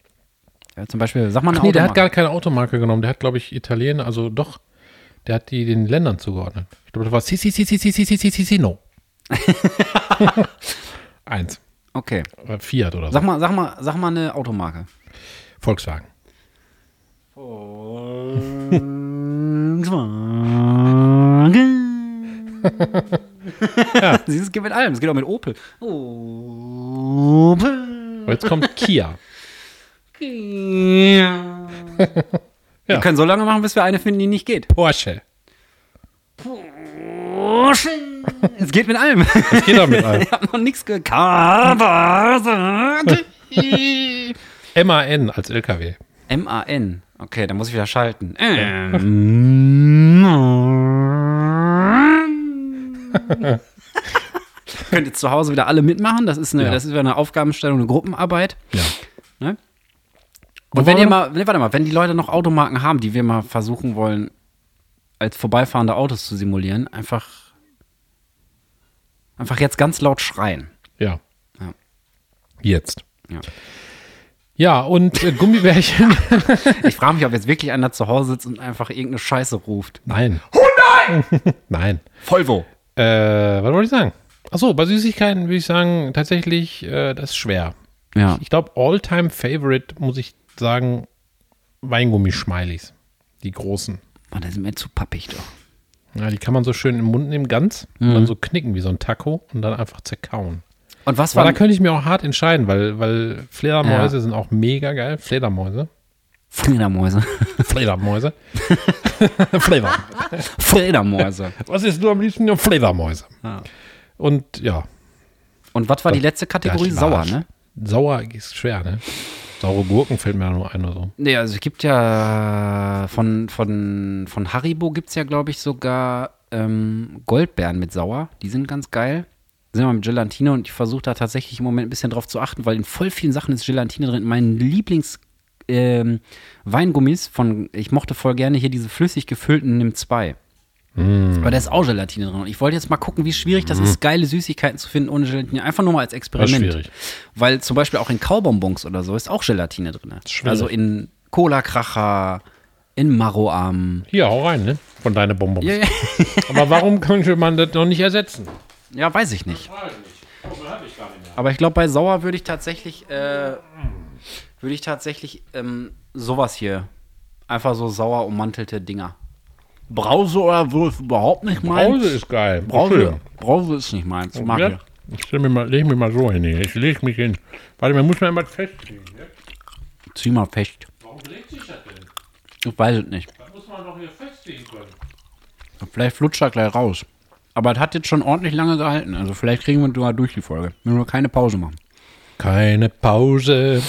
Speaker 2: ja zum Beispiel, sag mal eine
Speaker 1: Nee, der hat
Speaker 2: Automarke.
Speaker 1: gar keine Automarke genommen. Der hat, glaube ich, Italiener, also doch, der hat die den Ländern zugeordnet. Ich glaube, das war Sino. Eins.
Speaker 2: Okay.
Speaker 1: Oder Fiat oder so.
Speaker 2: Sag mal, sag mal, sag mal eine Automarke.
Speaker 1: Volkswagen.
Speaker 2: Siehst du, Es geht mit allem, es geht auch mit Opel. Opel.
Speaker 1: Aber jetzt kommt Kia.
Speaker 2: Wir
Speaker 1: Ja.
Speaker 2: können so lange machen, bis wir eine finden, die nicht geht.
Speaker 1: Porsche.
Speaker 2: Es geht mit allem.
Speaker 1: Das geht damit ein.
Speaker 2: Ich habe noch nichts gekapert.
Speaker 1: MAN als LKW.
Speaker 2: M-A-N. Okay, dann muss ich wieder schalten. Könnt ihr zu Hause wieder alle mitmachen. Das ist, eine,
Speaker 1: Ja.
Speaker 2: das ist wieder eine Aufgabenstellung, eine Gruppenarbeit.
Speaker 1: Ja.
Speaker 2: Ne?
Speaker 1: Wo
Speaker 2: Und wenn
Speaker 1: waren
Speaker 2: ihr
Speaker 1: wir?
Speaker 2: mal, nee, warte mal, wenn die Leute noch Automarken haben, die wir mal versuchen wollen, als vorbeifahrende Autos zu simulieren, einfach, einfach jetzt ganz laut schreien.
Speaker 1: Ja.
Speaker 2: Ja.
Speaker 1: Jetzt.
Speaker 2: Ja.
Speaker 1: Ja, und äh, Gummibärchen.
Speaker 2: Ich frage mich, ob jetzt wirklich einer zu Hause sitzt und einfach irgendeine Scheiße ruft.
Speaker 1: Nein. Nein.
Speaker 2: Volvo.
Speaker 1: Äh, was wollte ich sagen? Achso, bei Süßigkeiten würde ich sagen, tatsächlich, äh, das ist schwer.
Speaker 2: Ja.
Speaker 1: Ich glaube, All-Time-Favorite, muss ich sagen, Weingummi-Schmeilis. Die großen.
Speaker 2: Mann, das ist mir zu pappig doch.
Speaker 1: Ja, die kann man so schön im Mund nehmen, ganz,
Speaker 2: Mhm.
Speaker 1: und dann so knicken wie so ein Taco und dann einfach zerkauen.
Speaker 2: Und was
Speaker 1: Aber
Speaker 2: war
Speaker 1: da könnte ich mir auch hart entscheiden, weil, weil Fledermäuse sind auch mega geil. Fledermäuse.
Speaker 2: Fledermäuse.
Speaker 1: Fledermäuse. Fleder.
Speaker 2: Fledermäuse.
Speaker 1: Was ist nur am liebsten? Ja, Fledermäuse.
Speaker 2: Ah.
Speaker 1: Und ja,
Speaker 2: Und was war die letzte Kategorie?
Speaker 1: Das war's.
Speaker 2: Sauer, ne?
Speaker 1: sauer ist schwer, ne? Saure Gurken fällt mir da nur ein oder so.
Speaker 2: Nee, also es gibt ja äh, von, von, von Haribo gibt es ja, glaube ich, sogar ähm, Goldbeeren mit Sauer. Die sind ganz geil. Sind wir mit Gelatine und ich versuche da tatsächlich im Moment ein bisschen drauf zu achten, weil in voll vielen Sachen ist Gelatine drin. In meinen Lieblings- ähm, Weingummis von, ich mochte voll gerne hier diese flüssig gefüllten Nimm 2. Aber da ist auch Gelatine drin. Und ich wollte jetzt mal gucken, wie schwierig das ist, geile Süßigkeiten zu finden ohne Gelatine. Einfach nur mal als Experiment.
Speaker 1: schwierig.
Speaker 2: Weil zum Beispiel auch in Kaubonbons oder so ist auch Gelatine drin.
Speaker 1: schwierig.
Speaker 2: Also in Cola-Kracher, in Maroam.
Speaker 1: Hier, hau rein, ne? Von deine Bonbons.
Speaker 2: Ja, ja.
Speaker 1: Aber warum könnte man das noch nicht ersetzen?
Speaker 2: Ja, weiß ich nicht. Aber ich glaube, bei Sauer würde ich tatsächlich, äh, würde ich tatsächlich ähm, sowas hier. Einfach so sauer ummantelte Dinger. Brause oder so ist überhaupt nicht
Speaker 1: Brause ist geil.
Speaker 2: Brause, Brause ist nicht meins. Mag
Speaker 1: Ja.
Speaker 2: ich.
Speaker 1: Ich stell mir mal, leg mich mal so hin. hier. Ich leg mich hin. Warte, man muss mir einmal festlegen. Ne?
Speaker 2: Zieh mal fest.
Speaker 1: Warum legt sich das denn?
Speaker 2: Ich weiß es nicht.
Speaker 1: Das muss man doch hier festlegen können.
Speaker 2: Vielleicht flutscht er gleich raus. Aber es hat jetzt schon ordentlich lange gehalten. Also vielleicht kriegen wir sogar durch die Folge. Wenn wir keine Pause machen.
Speaker 1: Keine Pause.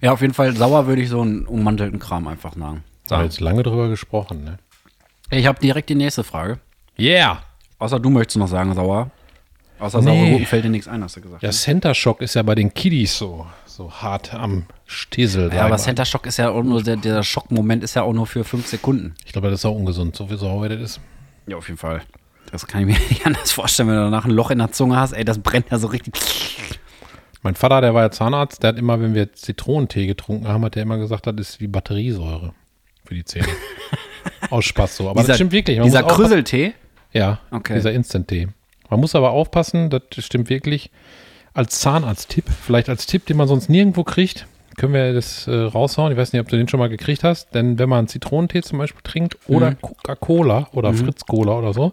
Speaker 2: Ja, auf jeden Fall sauer würde ich so einen ummantelten Kram einfach sagen.
Speaker 1: Da haben wir jetzt lange drüber gesprochen, ne?
Speaker 2: Ich habe direkt die nächste Frage.
Speaker 1: Yeah!
Speaker 2: Außer du möchtest noch sagen, sauer. Außer
Speaker 1: Nee.
Speaker 2: saure Gurken fällt dir nichts ein, hast du gesagt.
Speaker 1: Ja, Center Shock ist ja bei den Kiddies so, so hart am Stiesel.
Speaker 2: Ja,
Speaker 1: sag
Speaker 2: aber
Speaker 1: mal.
Speaker 2: Center Shock ist ja auch nur, der, der Schockmoment ist ja auch nur für fünf Sekunden.
Speaker 1: ich glaube, das ist auch ungesund, so wie so heute das ist.
Speaker 2: Ja, auf jeden Fall. Das kann ich mir nicht anders vorstellen, wenn du danach ein Loch in der Zunge hast. Ey, das brennt ja so richtig.
Speaker 1: Mein Vater, der war ja Zahnarzt, der hat immer, wenn wir Zitronentee getrunken haben, hat er immer gesagt, das ist wie Batteriesäure für die Zähne. Aus Spaß so. Aber das stimmt wirklich. man
Speaker 2: Dieser
Speaker 1: muss aufpassen.
Speaker 2: Krüsseltee.
Speaker 1: Ja,
Speaker 2: Okay.
Speaker 1: dieser Instant-Tee. Man muss aber aufpassen, das stimmt wirklich. Als Zahnarzt-Tipp, vielleicht als Tipp, den man sonst nirgendwo kriegt, können wir das äh, raushauen. Ich weiß nicht, ob du den schon mal gekriegt hast, denn wenn man Zitronentee zum Beispiel trinkt oder Coca-Cola oder Fritz-Cola oder so,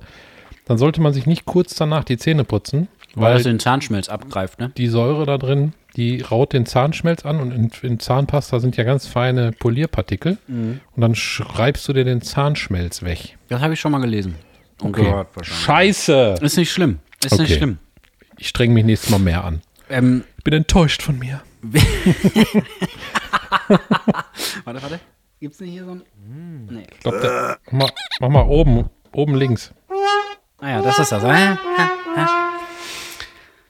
Speaker 1: dann sollte man sich nicht kurz danach die Zähne putzen,
Speaker 2: Weil
Speaker 1: weil
Speaker 2: das den Zahnschmelz abgreift, ne?
Speaker 1: die Säure da drin, die raut den Zahnschmelz an und in, in Zahnpasta sind ja ganz feine Polierpartikel und dann schreibst du dir den Zahnschmelz weg.
Speaker 2: Das habe ich schon mal gelesen. Und gehört Oh wahrscheinlich.
Speaker 1: Scheiße!
Speaker 2: Ist nicht schlimm. Ist
Speaker 1: Okay.
Speaker 2: nicht schlimm.
Speaker 1: Ich streng mich nächstes Mal mehr an.
Speaker 2: Ähm,
Speaker 1: Ich bin enttäuscht von mir.
Speaker 2: warte, warte. Gibt's nicht hier so ein. Nee.
Speaker 1: Ich glaub,
Speaker 2: Äh.
Speaker 1: der, mach, mal, mach mal oben, oben links.
Speaker 2: Ah ja, das ist das. Ah, ah, ah.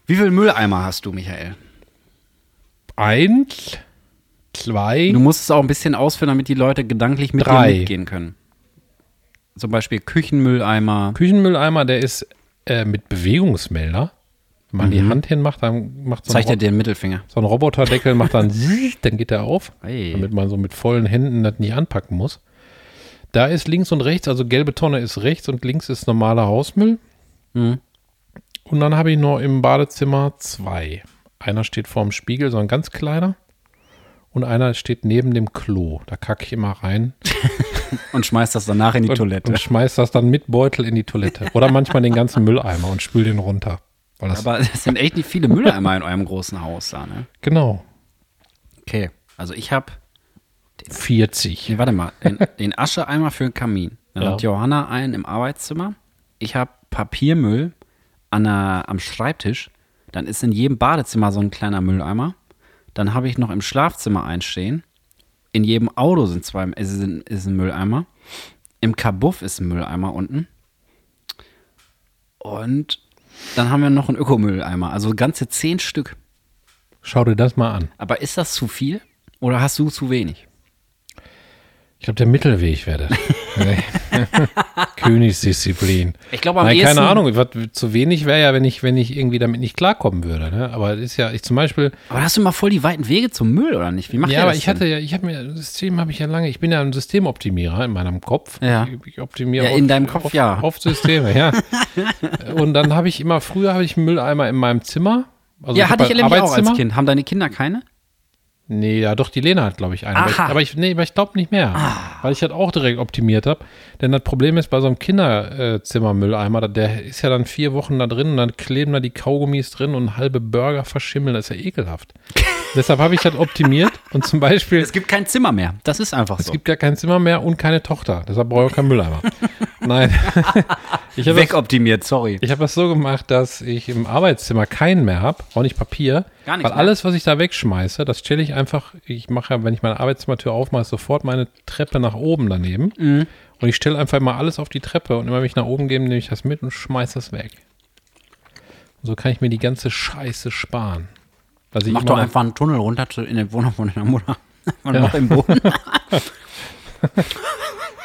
Speaker 2: Wie viel Mülleimer hast du, Michael?
Speaker 1: Eins, zwei,
Speaker 2: Du musst es auch ein bisschen ausführen, damit die Leute gedanklich mit
Speaker 1: Drei.
Speaker 2: dir mitgehen können. Zum Beispiel Küchenmülleimer.
Speaker 1: Küchenmülleimer, der ist äh, mit Bewegungsmelder. Wenn man die Hand hinmacht, dann macht so ein,
Speaker 2: Mhm. Zeigt er
Speaker 1: Rob
Speaker 2: dir den Mittelfinger.
Speaker 1: so ein Roboterdeckel, macht dann, dann geht der auf,
Speaker 2: Ei.
Speaker 1: damit man so mit vollen Händen das nicht anpacken muss. Da ist links und rechts, also gelbe Tonne ist rechts und links ist normaler Hausmüll.
Speaker 2: Mhm.
Speaker 1: Und dann habe ich noch im Badezimmer zwei. Einer steht vorm Spiegel, so ein ganz kleiner. Und einer steht neben dem Klo. Da kacke ich immer rein.
Speaker 2: Und schmeißt das danach in die Toilette.
Speaker 1: Und schmeiß das dann mit Beutel in die Toilette. Oder manchmal den ganzen Mülleimer und spül den runter. Weil das,
Speaker 2: Aber es sind echt nicht viele Mülleimer in eurem großen Haus da, ne?
Speaker 1: genau.
Speaker 2: Okay. Also ich habe
Speaker 1: 40.
Speaker 2: Nee, warte mal. Den, den Ascheeimer für den Kamin. Dann
Speaker 1: Ja.
Speaker 2: hat Johanna einen im Arbeitszimmer. Ich habe Papiermüll an der, am Schreibtisch. Dann ist in jedem Badezimmer so ein kleiner Mülleimer. Dann habe ich noch im Schlafzimmer einstehen. In jedem Auto sind zwei, es ist, ein- ist ein Mülleimer. Im Kabuff ist ein Mülleimer unten. Und dann haben wir noch einen Ökomülleimer. Also ganze zehn Stück.
Speaker 1: Schau dir das mal an.
Speaker 2: Aber ist das zu viel? Oder hast du zu wenig?
Speaker 1: Ich glaube, der Mittelweg wäre das. Nee. Königsdisziplin.
Speaker 2: Ich glaube, am
Speaker 1: Nein,
Speaker 2: ehesten-
Speaker 1: keine Ahnung. Was, zu wenig wäre ja, wenn ich, wenn ich irgendwie damit nicht klarkommen würde. Ne? Aber es ist ja, ich zum Beispiel,
Speaker 2: Aber da hast du mal voll die weiten Wege zum Müll, oder nicht? Wie macht
Speaker 1: ja,
Speaker 2: ihr
Speaker 1: aber
Speaker 2: das
Speaker 1: ich
Speaker 2: denn?
Speaker 1: hatte ja, ich habe mir, System habe ich ja lange, ich bin ja ein Systemoptimierer in meinem Kopf.
Speaker 2: Ja.
Speaker 1: Ich, ich optimiere
Speaker 2: Ja, in
Speaker 1: oft-
Speaker 2: deinem Kopf,
Speaker 1: oft,
Speaker 2: ja.
Speaker 1: Oft Systeme, ja. Und dann habe ich immer, früher habe ich einen Mülleimer in meinem Zimmer. Also
Speaker 2: ja,
Speaker 1: hab
Speaker 2: hatte ich
Speaker 1: ein
Speaker 2: nämlich auch als
Speaker 1: Arbeitszimmer.
Speaker 2: Kind. Haben deine Kinder keine?
Speaker 1: Nee, ja, doch, die Lena hat, glaube ich, einen. Aber ich,
Speaker 2: Aha.
Speaker 1: aber ich, nee, aber ich glaube nicht mehr. Weil ich das auch direkt optimiert habe. Denn das Problem ist, bei so einem Kinderzimmermülleimer, der ist ja dann vier Wochen da drin und dann kleben da die Kaugummis drin und halbe Burger verschimmeln. Das ist ja ekelhaft. Deshalb habe ich das optimiert und zum Beispiel.
Speaker 2: Es gibt kein Zimmer mehr. Das ist einfach
Speaker 1: Es
Speaker 2: so.
Speaker 1: gibt ja kein Zimmer mehr und keine Tochter. Deshalb brauche ich auch keinen Mülleimer. Nein. ich habe das,
Speaker 2: Wegoptimiert, sorry.
Speaker 1: ich hab das so gemacht, dass ich im Arbeitszimmer keinen mehr habe, auch nicht Papier.
Speaker 2: Gar nichts
Speaker 1: Weil
Speaker 2: mehr.
Speaker 1: alles, was ich da wegschmeiße, das stelle ich einfach, ich mache ja, wenn ich meine Arbeitszimmertür aufmache, sofort meine Treppe nach oben daneben.
Speaker 2: Mhm.
Speaker 1: Und ich stelle einfach immer alles auf die Treppe und immer, wenn ich nach oben gehe, nehme ich das mit und schmeiße das weg. Und so kann ich mir die ganze Scheiße sparen. Dass ich
Speaker 2: Mach
Speaker 1: immer
Speaker 2: doch
Speaker 1: noch-
Speaker 2: einfach einen Tunnel runter zu, in die Wohnung von deiner Mutter. Man macht im Boden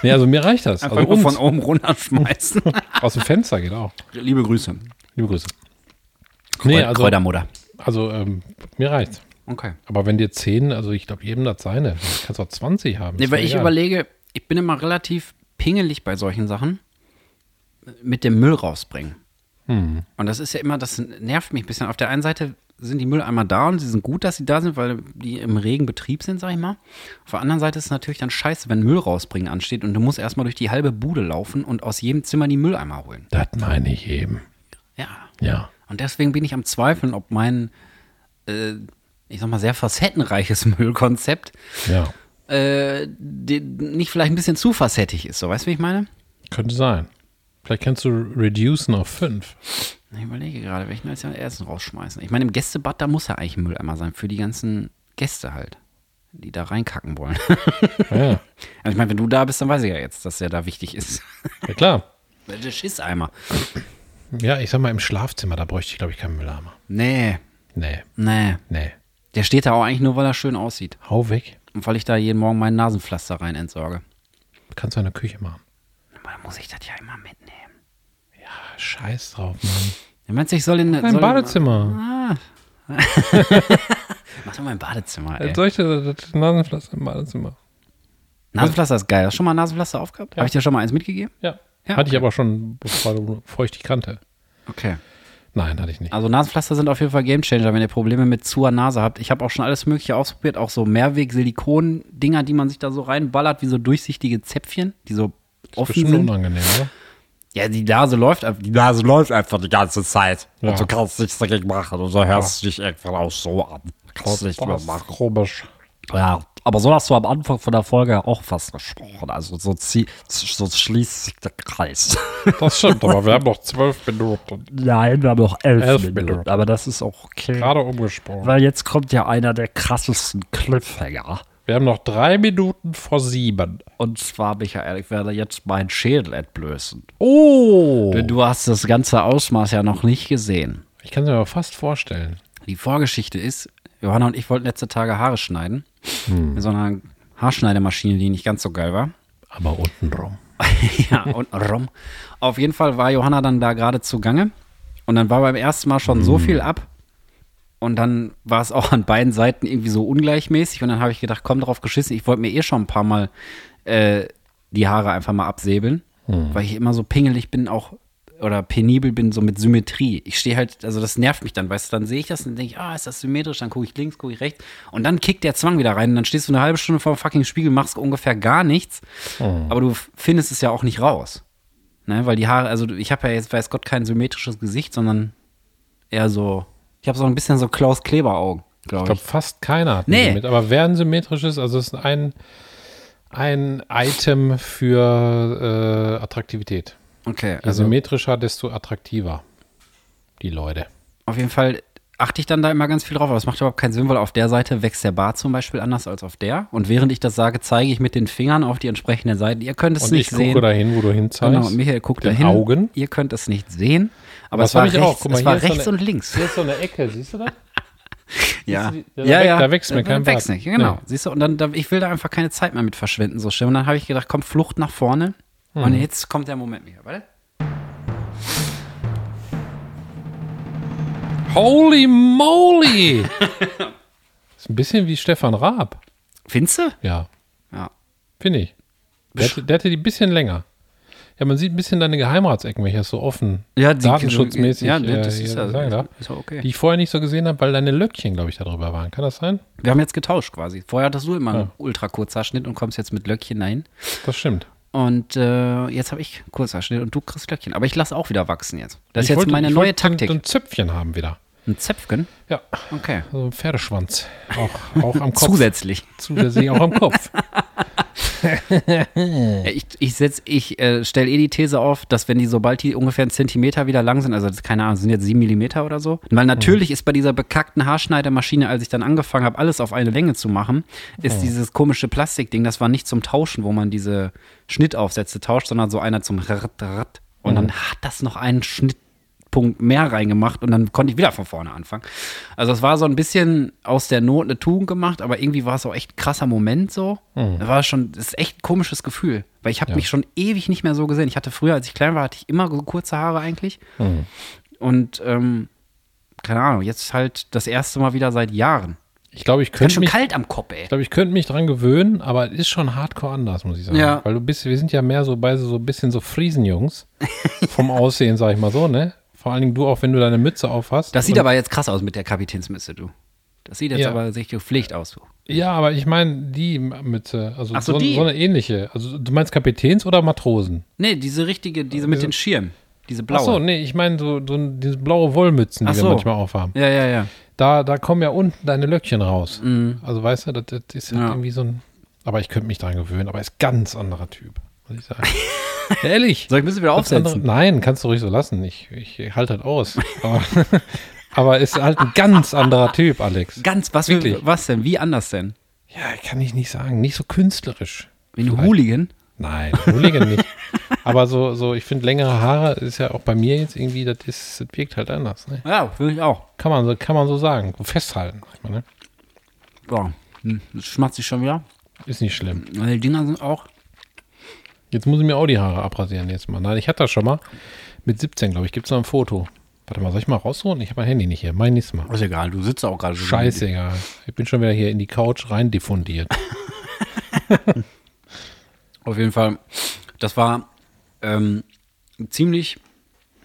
Speaker 1: Nee, also mir reicht das.
Speaker 2: einfach
Speaker 1: Also
Speaker 2: nur
Speaker 1: uns,
Speaker 2: von oben runterschmeißen.
Speaker 1: aus dem Fenster geht auch.
Speaker 2: Liebe Grüße.
Speaker 1: Liebe Grüße.
Speaker 2: Nee,
Speaker 1: Nee,
Speaker 2: also,
Speaker 1: also,
Speaker 2: Kräutermutter.
Speaker 1: also ähm, mir reicht's.
Speaker 2: Okay.
Speaker 1: Aber wenn dir 10, also ich glaube, jedem das seine. Du kannst auch 20 haben.
Speaker 2: Nee,
Speaker 1: Ist
Speaker 2: weil
Speaker 1: mir
Speaker 2: ich
Speaker 1: egal.
Speaker 2: überlege, ich bin immer relativ pingelig bei solchen Sachen mit dem Müll rausbringen.
Speaker 1: Hm.
Speaker 2: Und das ist ja immer, das nervt mich ein bisschen. Auf der einen Seite sind die Mülleimer da und sie sind gut, dass sie da sind, weil die im regen Betrieb sind, sag ich mal. Auf der anderen Seite ist es natürlich dann scheiße, wenn Müll rausbringen ansteht und du musst erstmal durch die halbe Bude laufen und aus jedem Zimmer die Mülleimer holen.
Speaker 1: Das meine ich eben.
Speaker 2: Ja.
Speaker 1: Ja.
Speaker 2: Und deswegen bin ich am Zweifeln, ob mein, äh, ich sag mal, sehr facettenreiches Müllkonzept
Speaker 1: Ja.
Speaker 2: äh, die, nicht vielleicht ein bisschen zu facettig ist. So, weißt du, wie ich meine?
Speaker 1: Könnte sein. Vielleicht kannst du reducen auf 5.
Speaker 2: Ich überlege gerade, welchen als ersten rausschmeißen. Ich meine, im Gästebad, da muss ja eigentlich ein Mülleimer sein für die ganzen Gäste halt, die da reinkacken wollen.
Speaker 1: Ja,
Speaker 2: also ich meine, wenn du da bist, dann weiß ich ja jetzt, dass der da wichtig ist.
Speaker 1: ja klar.
Speaker 2: Der Schisseimer.
Speaker 1: Ja, ich sag mal, im Schlafzimmer, da bräuchte ich, glaube ich, keinen Mülleimer.
Speaker 2: Nee,
Speaker 1: Nee,
Speaker 2: nee.
Speaker 1: nee.
Speaker 2: Der steht da auch eigentlich nur, weil er schön aussieht.
Speaker 1: Hau weg.
Speaker 2: Und weil ich da jeden Morgen meinen Nasenpflaster rein entsorge.
Speaker 1: Kannst du eine Küche machen.
Speaker 2: Aber dann muss ich das ja immer mitnehmen.
Speaker 1: Ah, Scheiß drauf, Mann.
Speaker 2: Du meinst, ich soll in
Speaker 1: Dein
Speaker 2: soll
Speaker 1: Badezimmer.
Speaker 2: Mach doch mal im Badezimmer, ey.
Speaker 1: Jetzt soll ich dir Äh, das Nasenpflaster im Badezimmer.
Speaker 2: Nasenpflaster ist geil. Hast du schon mal ein Nasenpflaster aufgehabt? Habe ich dir schon mal eins mitgegeben?
Speaker 1: Ja.
Speaker 2: Ja,
Speaker 1: Hatte ich
Speaker 2: okay.
Speaker 1: aber schon, bevor du feuchtig kannte.
Speaker 2: Okay.
Speaker 1: Nein, hatte ich nicht.
Speaker 2: Also Nasenpflaster sind auf jeden Fall Gamechanger, wenn ihr Probleme mit zuer Nase habt. Ich habe auch schon alles Mögliche ausprobiert, auch so Mehrweg-Silikon-Dinger, die man sich da so reinballert, wie so durchsichtige Zäpfchen, die so offen
Speaker 1: Bestimmt
Speaker 2: sind.
Speaker 1: unangenehm, oder?
Speaker 2: Ja, die Nase läuft, einfach- die Nase läuft einfach die ganze Zeit.
Speaker 1: Ja.
Speaker 3: Und du kannst nichts dagegen machen. Und so hörst du dich irgendwann auch so an. Kannst nicht mehr machen.
Speaker 1: Komisch.
Speaker 3: Ja. Aber so hast du am Anfang von der Folge auch fast gesprochen. Also so, zieh, so schließt sich der Kreis.
Speaker 1: Das stimmt, aber wir haben noch zwölf Minuten.
Speaker 3: Nein, wir haben noch elf,
Speaker 1: Elf
Speaker 3: Minuten.
Speaker 1: Minuten.
Speaker 3: Aber das ist auch okay.
Speaker 1: Gerade umgesprungen.
Speaker 3: Weil jetzt kommt ja einer der krassesten Cliffhanger.
Speaker 1: Wir haben noch drei Minuten vor sieben.
Speaker 3: Und zwar, Michael, ich werde jetzt meinen Schädel entblößen.
Speaker 1: Oh!
Speaker 3: Denn du hast das ganze Ausmaß ja noch nicht gesehen.
Speaker 1: Ich kann es mir aber fast vorstellen.
Speaker 2: Die Vorgeschichte ist, Johanna und ich wollten letzte Tage Haare schneiden.
Speaker 1: Hm.
Speaker 2: Mit so einer Haarschneidemaschine, die nicht ganz so geil war.
Speaker 1: Aber untenrum.
Speaker 2: ja, und rom. Auf jeden Fall war Johanna dann da gerade zugange. Und dann war beim ersten Mal schon so viel ab. Und dann war es auch an beiden Seiten irgendwie so ungleichmäßig. Und dann habe ich gedacht, komm drauf geschissen. Ich wollte mir eh schon ein paar Mal äh, die Haare einfach mal absäbeln. Weil ich immer so pingelig bin, auch oder penibel bin, so mit Symmetrie. Ich stehe halt, also das nervt mich dann, weißt du, dann sehe ich das und denke ich, ah, ist das symmetrisch, dann gucke ich links, gucke ich rechts und dann kickt der Zwang wieder rein und dann stehst du eine halbe Stunde vor dem fucking Spiegel, machst ungefähr gar nichts, aber du f- findest es ja auch nicht raus. Ne, weil die Haare, also ich habe ja jetzt, weiß Gott, kein symmetrisches Gesicht, sondern eher so, ich habe so ein bisschen so Klaus Kleber Augen, glaube
Speaker 1: Ich
Speaker 2: ich.
Speaker 1: glaube, fast keiner hat
Speaker 2: Nee.
Speaker 1: mit. Aber wer ein symmetrisches, also es ist ein, ein Item für äh, Attraktivität.
Speaker 2: Okay,
Speaker 1: Je
Speaker 2: also
Speaker 1: symmetrischer, desto attraktiver die Leute.
Speaker 2: auf jeden Fall achte ich dann da immer ganz viel drauf, aber es macht überhaupt keinen Sinn, weil auf der Seite wächst der Bart zum Beispiel anders als auf der. Und während ich das sage, zeige ich mit den Fingern auf die entsprechenden Seiten. Ihr könnt es
Speaker 1: Und ich
Speaker 2: nicht
Speaker 1: gucke
Speaker 2: sehen.
Speaker 1: dahin, wo du hinzeigst.
Speaker 2: genau, Michael guckt
Speaker 1: den
Speaker 2: dahin.
Speaker 1: Augen.
Speaker 2: Ihr könnt es nicht sehen, aber
Speaker 1: Das
Speaker 2: es war
Speaker 1: hab ich
Speaker 2: rechts,
Speaker 1: auch. Guck mal,
Speaker 2: es war
Speaker 1: hier ist so
Speaker 2: rechts
Speaker 1: eine-
Speaker 2: und links.
Speaker 1: Hier ist so eine Ecke, siehst du das?
Speaker 2: Ja,
Speaker 1: die- da
Speaker 2: ja, ja.
Speaker 1: wächst- da wächst mir kein
Speaker 2: Da wächst
Speaker 1: Bart.
Speaker 2: nicht, genau.
Speaker 1: Nee.
Speaker 2: Siehst du, und dann, da, ich will da einfach keine Zeit mehr mit verschwenden, so schlimm. Und dann habe ich gedacht, komm, Flucht nach vorne. Und
Speaker 1: Hm.
Speaker 2: jetzt kommt der Moment, Michael, warte.
Speaker 1: Holy moly! ist ein bisschen wie Stefan Raab.
Speaker 2: Findest du?
Speaker 1: Ja,
Speaker 2: Ja.
Speaker 1: finde ich. Der, hatte- der hatte die ein bisschen länger. Ja, man sieht ein bisschen deine Geheimratsecken, wenn ich das so offen
Speaker 2: Ja, die-
Speaker 1: datenschutzmäßig
Speaker 2: ja, nee,
Speaker 1: äh,
Speaker 2: das
Speaker 1: hier
Speaker 2: ist ja-
Speaker 1: sagen darf.
Speaker 2: ist ja okay.
Speaker 1: Die ich vorher nicht so gesehen habe, weil deine Löckchen, glaube ich, darüber waren. Kann das sein?
Speaker 2: Wir haben jetzt getauscht quasi. Vorher hattest du immer einen ultra Kurzhaarschnitt und kommst jetzt mit Löckchen dahin.
Speaker 1: Das stimmt.
Speaker 2: Und äh, jetzt habe ich Kurzhaarschnitt und du kriegst Löckchen. Aber ich lasse auch wieder wachsen jetzt. Das ist
Speaker 1: Ich
Speaker 2: jetzt
Speaker 1: wollte-
Speaker 2: meine
Speaker 1: ich
Speaker 2: neue
Speaker 1: wollte so ein-
Speaker 2: Taktik.
Speaker 1: So ein Zöpfchen haben wieder.
Speaker 2: Ein Zäpfchen?
Speaker 1: Ja,
Speaker 2: Okay.
Speaker 1: so ein Pferdeschwanz. Auch, auch am Kopf.
Speaker 2: Zusätzlich.
Speaker 1: Zusätzlich auch am Kopf.
Speaker 2: Ja, ich ich, setz- ich äh, stelle eh die These auf, dass wenn die, sobald die ungefähr einen Zentimeter wieder lang sind, also das, keine Ahnung, sind jetzt sieben Millimeter oder so, weil natürlich ist bei dieser bekackten Haarschneidermaschine, als ich dann angefangen habe, alles auf eine Länge zu machen, ist dieses komische Plastikding, das war nicht zum Tauschen, wo man diese Schnittaufsätze tauscht, sondern so einer zum Rrrt, Rrrt. und dann hat das noch einen Schnittpunkt mehr reingemacht und dann konnte ich wieder von vorne anfangen. Also es war so ein bisschen aus der Not eine Tugend gemacht, aber irgendwie war es auch echt ein krasser Moment so.
Speaker 1: Mhm.
Speaker 2: Das war schon, das ist echt ein komisches Gefühl, weil ich habe mich schon ewig nicht mehr so gesehen. Ich hatte früher, als ich klein war, hatte ich immer so kurze Haare eigentlich
Speaker 1: Mhm.
Speaker 2: und ähm, keine Ahnung, jetzt halt das erste Mal wieder seit Jahren.
Speaker 1: Ich glaube, ich
Speaker 2: Ganz
Speaker 1: könnte
Speaker 2: schön
Speaker 1: mich,
Speaker 2: kalt am Kopf, ey.
Speaker 1: ich glaube, ich könnte mich dran gewöhnen, aber es ist schon hardcore anders, muss ich sagen.
Speaker 2: Ja.
Speaker 1: Weil du bist, wir sind ja mehr so bei so ein bisschen so Friesenjungs. Vom Aussehen, sag ich mal so, ne? Vor allen Dingen du auch, wenn du deine Mütze auf hast.
Speaker 2: Das sieht
Speaker 1: Und-
Speaker 2: aber jetzt krass aus mit der Kapitänsmütze, du. Das sieht jetzt
Speaker 1: Ja.
Speaker 2: aber sich Pflicht aus, du.
Speaker 1: Ja, aber ich meine die Mütze, also
Speaker 2: Ach so,
Speaker 1: so,
Speaker 2: die.
Speaker 1: so eine ähnliche. Also du meinst Kapitäns oder Matrosen?
Speaker 2: Nee, diese richtige, diese mit den Schirmen. Diese blaue.
Speaker 1: Äh, Ach so, ne? nee, ich meine so, so diese blaue Wollmützen, die
Speaker 2: Ach so.
Speaker 1: wir manchmal aufhaben.
Speaker 2: Ja, ja, ja.
Speaker 1: Da, da kommen ja unten deine Löckchen raus. Also weißt du, das, das ist halt
Speaker 2: Mhm. Ja.
Speaker 1: irgendwie so ein. Aber ich könnte mich dran gewöhnen, aber ist ganz anderer Typ, muss ich sagen. Ehrlich.
Speaker 2: Soll ich ein bisschen wieder
Speaker 1: Ganz andere,
Speaker 2: aufsetzen?
Speaker 1: nein, kannst du ruhig so lassen. Ich, ich halte halt aus. Aber, aber ist halt ein ganz anderer Typ, Alex.
Speaker 2: Ganz, was,
Speaker 1: Wirklich.
Speaker 2: was denn? Wie anders denn?
Speaker 1: Ja, kann ich nicht sagen. Nicht so künstlerisch.
Speaker 2: Wie ein
Speaker 1: Vielleicht.
Speaker 2: Hooligan?
Speaker 1: Nein, Hooligan nicht. Aber so, so ich finde, längere Haare ist ja auch bei mir jetzt irgendwie, das, ist, das wirkt halt anders. Ne?
Speaker 2: Ja, finde ich auch.
Speaker 1: Kann, man so, kann man so sagen, so festhalten. sag ich mal, ne?
Speaker 2: Ja. Hm, Das schmatzt sich schon wieder.
Speaker 1: Ist nicht schlimm.
Speaker 2: Weil Die Dinger sind auch.
Speaker 1: Jetzt muss ich mir auch die Haare abrasieren jetzt mal. Nein, ich hatte das schon mal mit 17, glaube ich. Gibt es noch ein Foto? Warte mal, soll ich mal rausholen? Ich habe mein Handy nicht hier. Mein nächstes Mal.
Speaker 2: Ist egal, du sitzt auch gerade so.
Speaker 1: Scheißegal. Ich bin schon wieder hier in die Couch rein diffundiert.
Speaker 2: Auf jeden Fall, das war ähm, ziemlich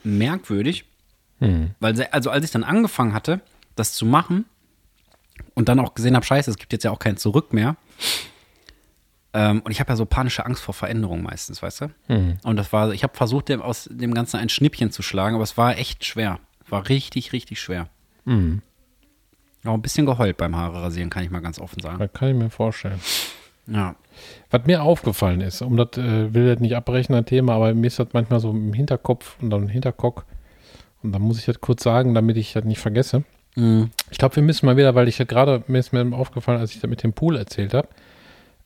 Speaker 2: merkwürdig, weil se- also als ich dann angefangen hatte, das zu machen und dann auch gesehen habe, scheiße, es gibt jetzt ja auch kein Zurück mehr. Ähm, und ich habe ja so panische Angst vor Veränderung meistens, weißt du? Und das war, ich habe versucht, dem, aus dem Ganzen ein Schnippchen zu schlagen, aber es war echt schwer. War richtig, richtig schwer. Auch ein bisschen geheult beim Haare rasieren, kann ich mal ganz offen sagen.
Speaker 1: Das kann ich mir vorstellen.
Speaker 2: Ja.
Speaker 1: Was mir aufgefallen ist, um das äh, will das nicht abbrechen, das Thema, aber mir ist das manchmal so im Hinterkopf und dann im Hinterkock. Und dann muss ich das kurz sagen, damit ich das nicht vergesse.
Speaker 2: Hm.
Speaker 1: Ich glaube, wir müssen mal wieder, weil ich ja gerade, mir ist mir aufgefallen, als ich da mit dem Pool erzählt habe,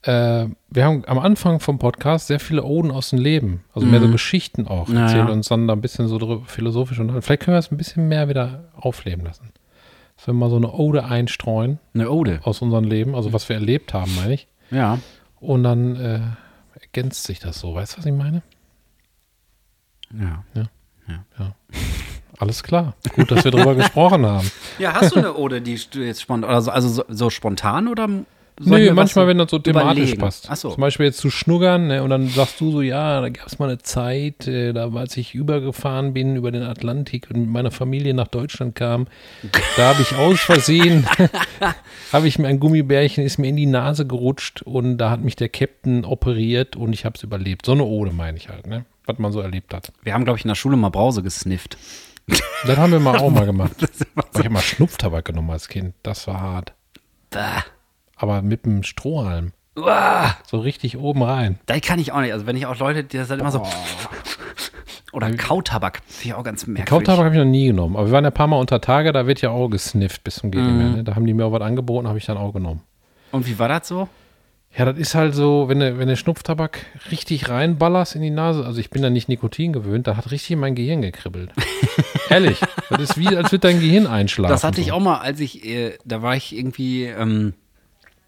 Speaker 1: äh, wir haben am Anfang vom Podcast sehr viele Oden aus dem Leben, also mehr so Geschichten auch,
Speaker 2: Mhm. Ja,
Speaker 1: erzählt
Speaker 2: ja.
Speaker 1: uns dann da ein bisschen so drüber, philosophisch und vielleicht können wir es ein bisschen mehr wieder aufleben lassen. Dass wir mal so eine Ode einstreuen
Speaker 2: Eine Ode.
Speaker 1: aus unserem Leben, also was wir erlebt haben, meine ich.
Speaker 2: Ja.
Speaker 1: Und dann äh, ergänzt sich das so, weißt du, was ich meine?
Speaker 2: ja.
Speaker 1: Alles klar. Gut, dass wir drüber gesprochen haben.
Speaker 2: Ja, hast du eine Ode, die du jetzt spontan, also, also so, so spontan oder? m- sollen
Speaker 1: Nee,
Speaker 2: wir was
Speaker 1: manchmal, wenn das so thematisch
Speaker 2: überlegen?
Speaker 1: passt.
Speaker 2: Ach so.
Speaker 1: Zum Beispiel jetzt zu schnuggern ne, und dann sagst du so, ja, da gab es mal eine Zeit, äh, da, als ich übergefahren bin über den Atlantik und mit meiner Familie nach Deutschland kam, da habe ich aus Versehen, habe ich mir ein Gummibärchen, ist mir in die Nase gerutscht und da hat mich der Captain operiert und ich habe es überlebt. So eine Ode meine ich halt, ne? was man so erlebt hat.
Speaker 2: Wir haben, glaube ich, in der Schule mal Brause gesnifft.
Speaker 1: Das haben wir mal auch mal gemacht. Oh, Ich habe mal Schnupftabak genommen als Kind, das war hart.
Speaker 2: Bah.
Speaker 1: Aber mit einem Strohhalm,
Speaker 2: Uah.
Speaker 1: so richtig oben rein.
Speaker 2: Das kann ich auch nicht. Also wenn ich auch Leute, die das halt immer so. Oder Kautabak. Finde ich auch ganz merkwürdig.
Speaker 1: Oh. Kautabak habe ich noch nie genommen. Aber wir waren ja ein paar Mal unter Tage, da wird ja auch gesnifft bis zum Gehen
Speaker 2: Mhm.
Speaker 1: mehr. Ne? Da haben die mir auch was angeboten, habe ich dann auch genommen.
Speaker 2: Und wie war das so?
Speaker 1: Ja, das ist halt so, wenn du, wenn du Schnupftabak richtig reinballerst in die Nase, also ich bin da nicht Nikotin gewöhnt, da hat richtig mein Gehirn gekribbelt. Ehrlich, das ist wie, als würde dein Gehirn einschlafen.
Speaker 2: Das hatte ich
Speaker 1: so.
Speaker 2: auch mal, als ich, äh, da war ich irgendwie, ähm,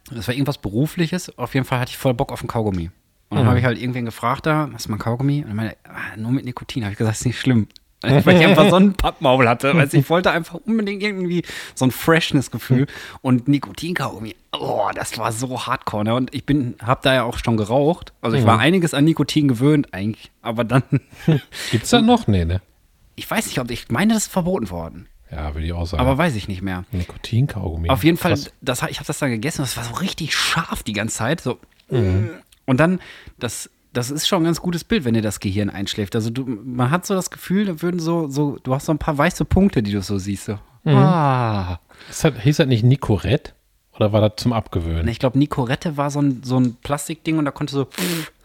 Speaker 2: das war irgendwas Berufliches. Auf jeden Fall hatte ich voll Bock auf einen Kaugummi. Und dann
Speaker 1: Mhm.
Speaker 2: habe ich halt irgendwen gefragt, da, hast du mal einen Kaugummi? Und er meinte, ah, nur mit Nikotin. Habe ich gesagt, ist nicht schlimm. Weil ich einfach so einen Pappmaul hatte. Weißt, du, ich wollte einfach unbedingt irgendwie so ein
Speaker 1: Hm.
Speaker 2: Freshness-Gefühl. Und Nikotin-Kaugummi, oh, das war so hardcore. Ne? Und ich bin, habe da ja auch schon geraucht. Also ich
Speaker 1: Mhm.
Speaker 2: war einiges an Nikotin gewöhnt eigentlich. Aber dann,
Speaker 1: Hm. Gibt's da noch? Nee, ne?
Speaker 2: ich weiß nicht, ob ich meine, das ist verboten worden.
Speaker 1: Ja, würde ich auch sagen.
Speaker 2: Aber weiß ich nicht mehr.
Speaker 1: Nikotinkaugummi.
Speaker 2: Auf jeden Fall,
Speaker 1: Krass.
Speaker 2: das, ich habe das dann gegessen und das war so richtig scharf die ganze Zeit. So.
Speaker 1: Mhm.
Speaker 2: Und dann, das, das ist schon ein ganz gutes Bild, wenn dir das Gehirn einschläft. Also du, man hat so das Gefühl, da würden so, so, du hast so ein paar weiße Punkte, die du so siehst. So.
Speaker 1: Mhm.
Speaker 2: Ah.
Speaker 1: Ist das, hieß das nicht Nicorette? Oder war das zum Abgewöhnen?
Speaker 2: Und ich glaube, Nicorette war so ein, so ein Plastikding und da konntest du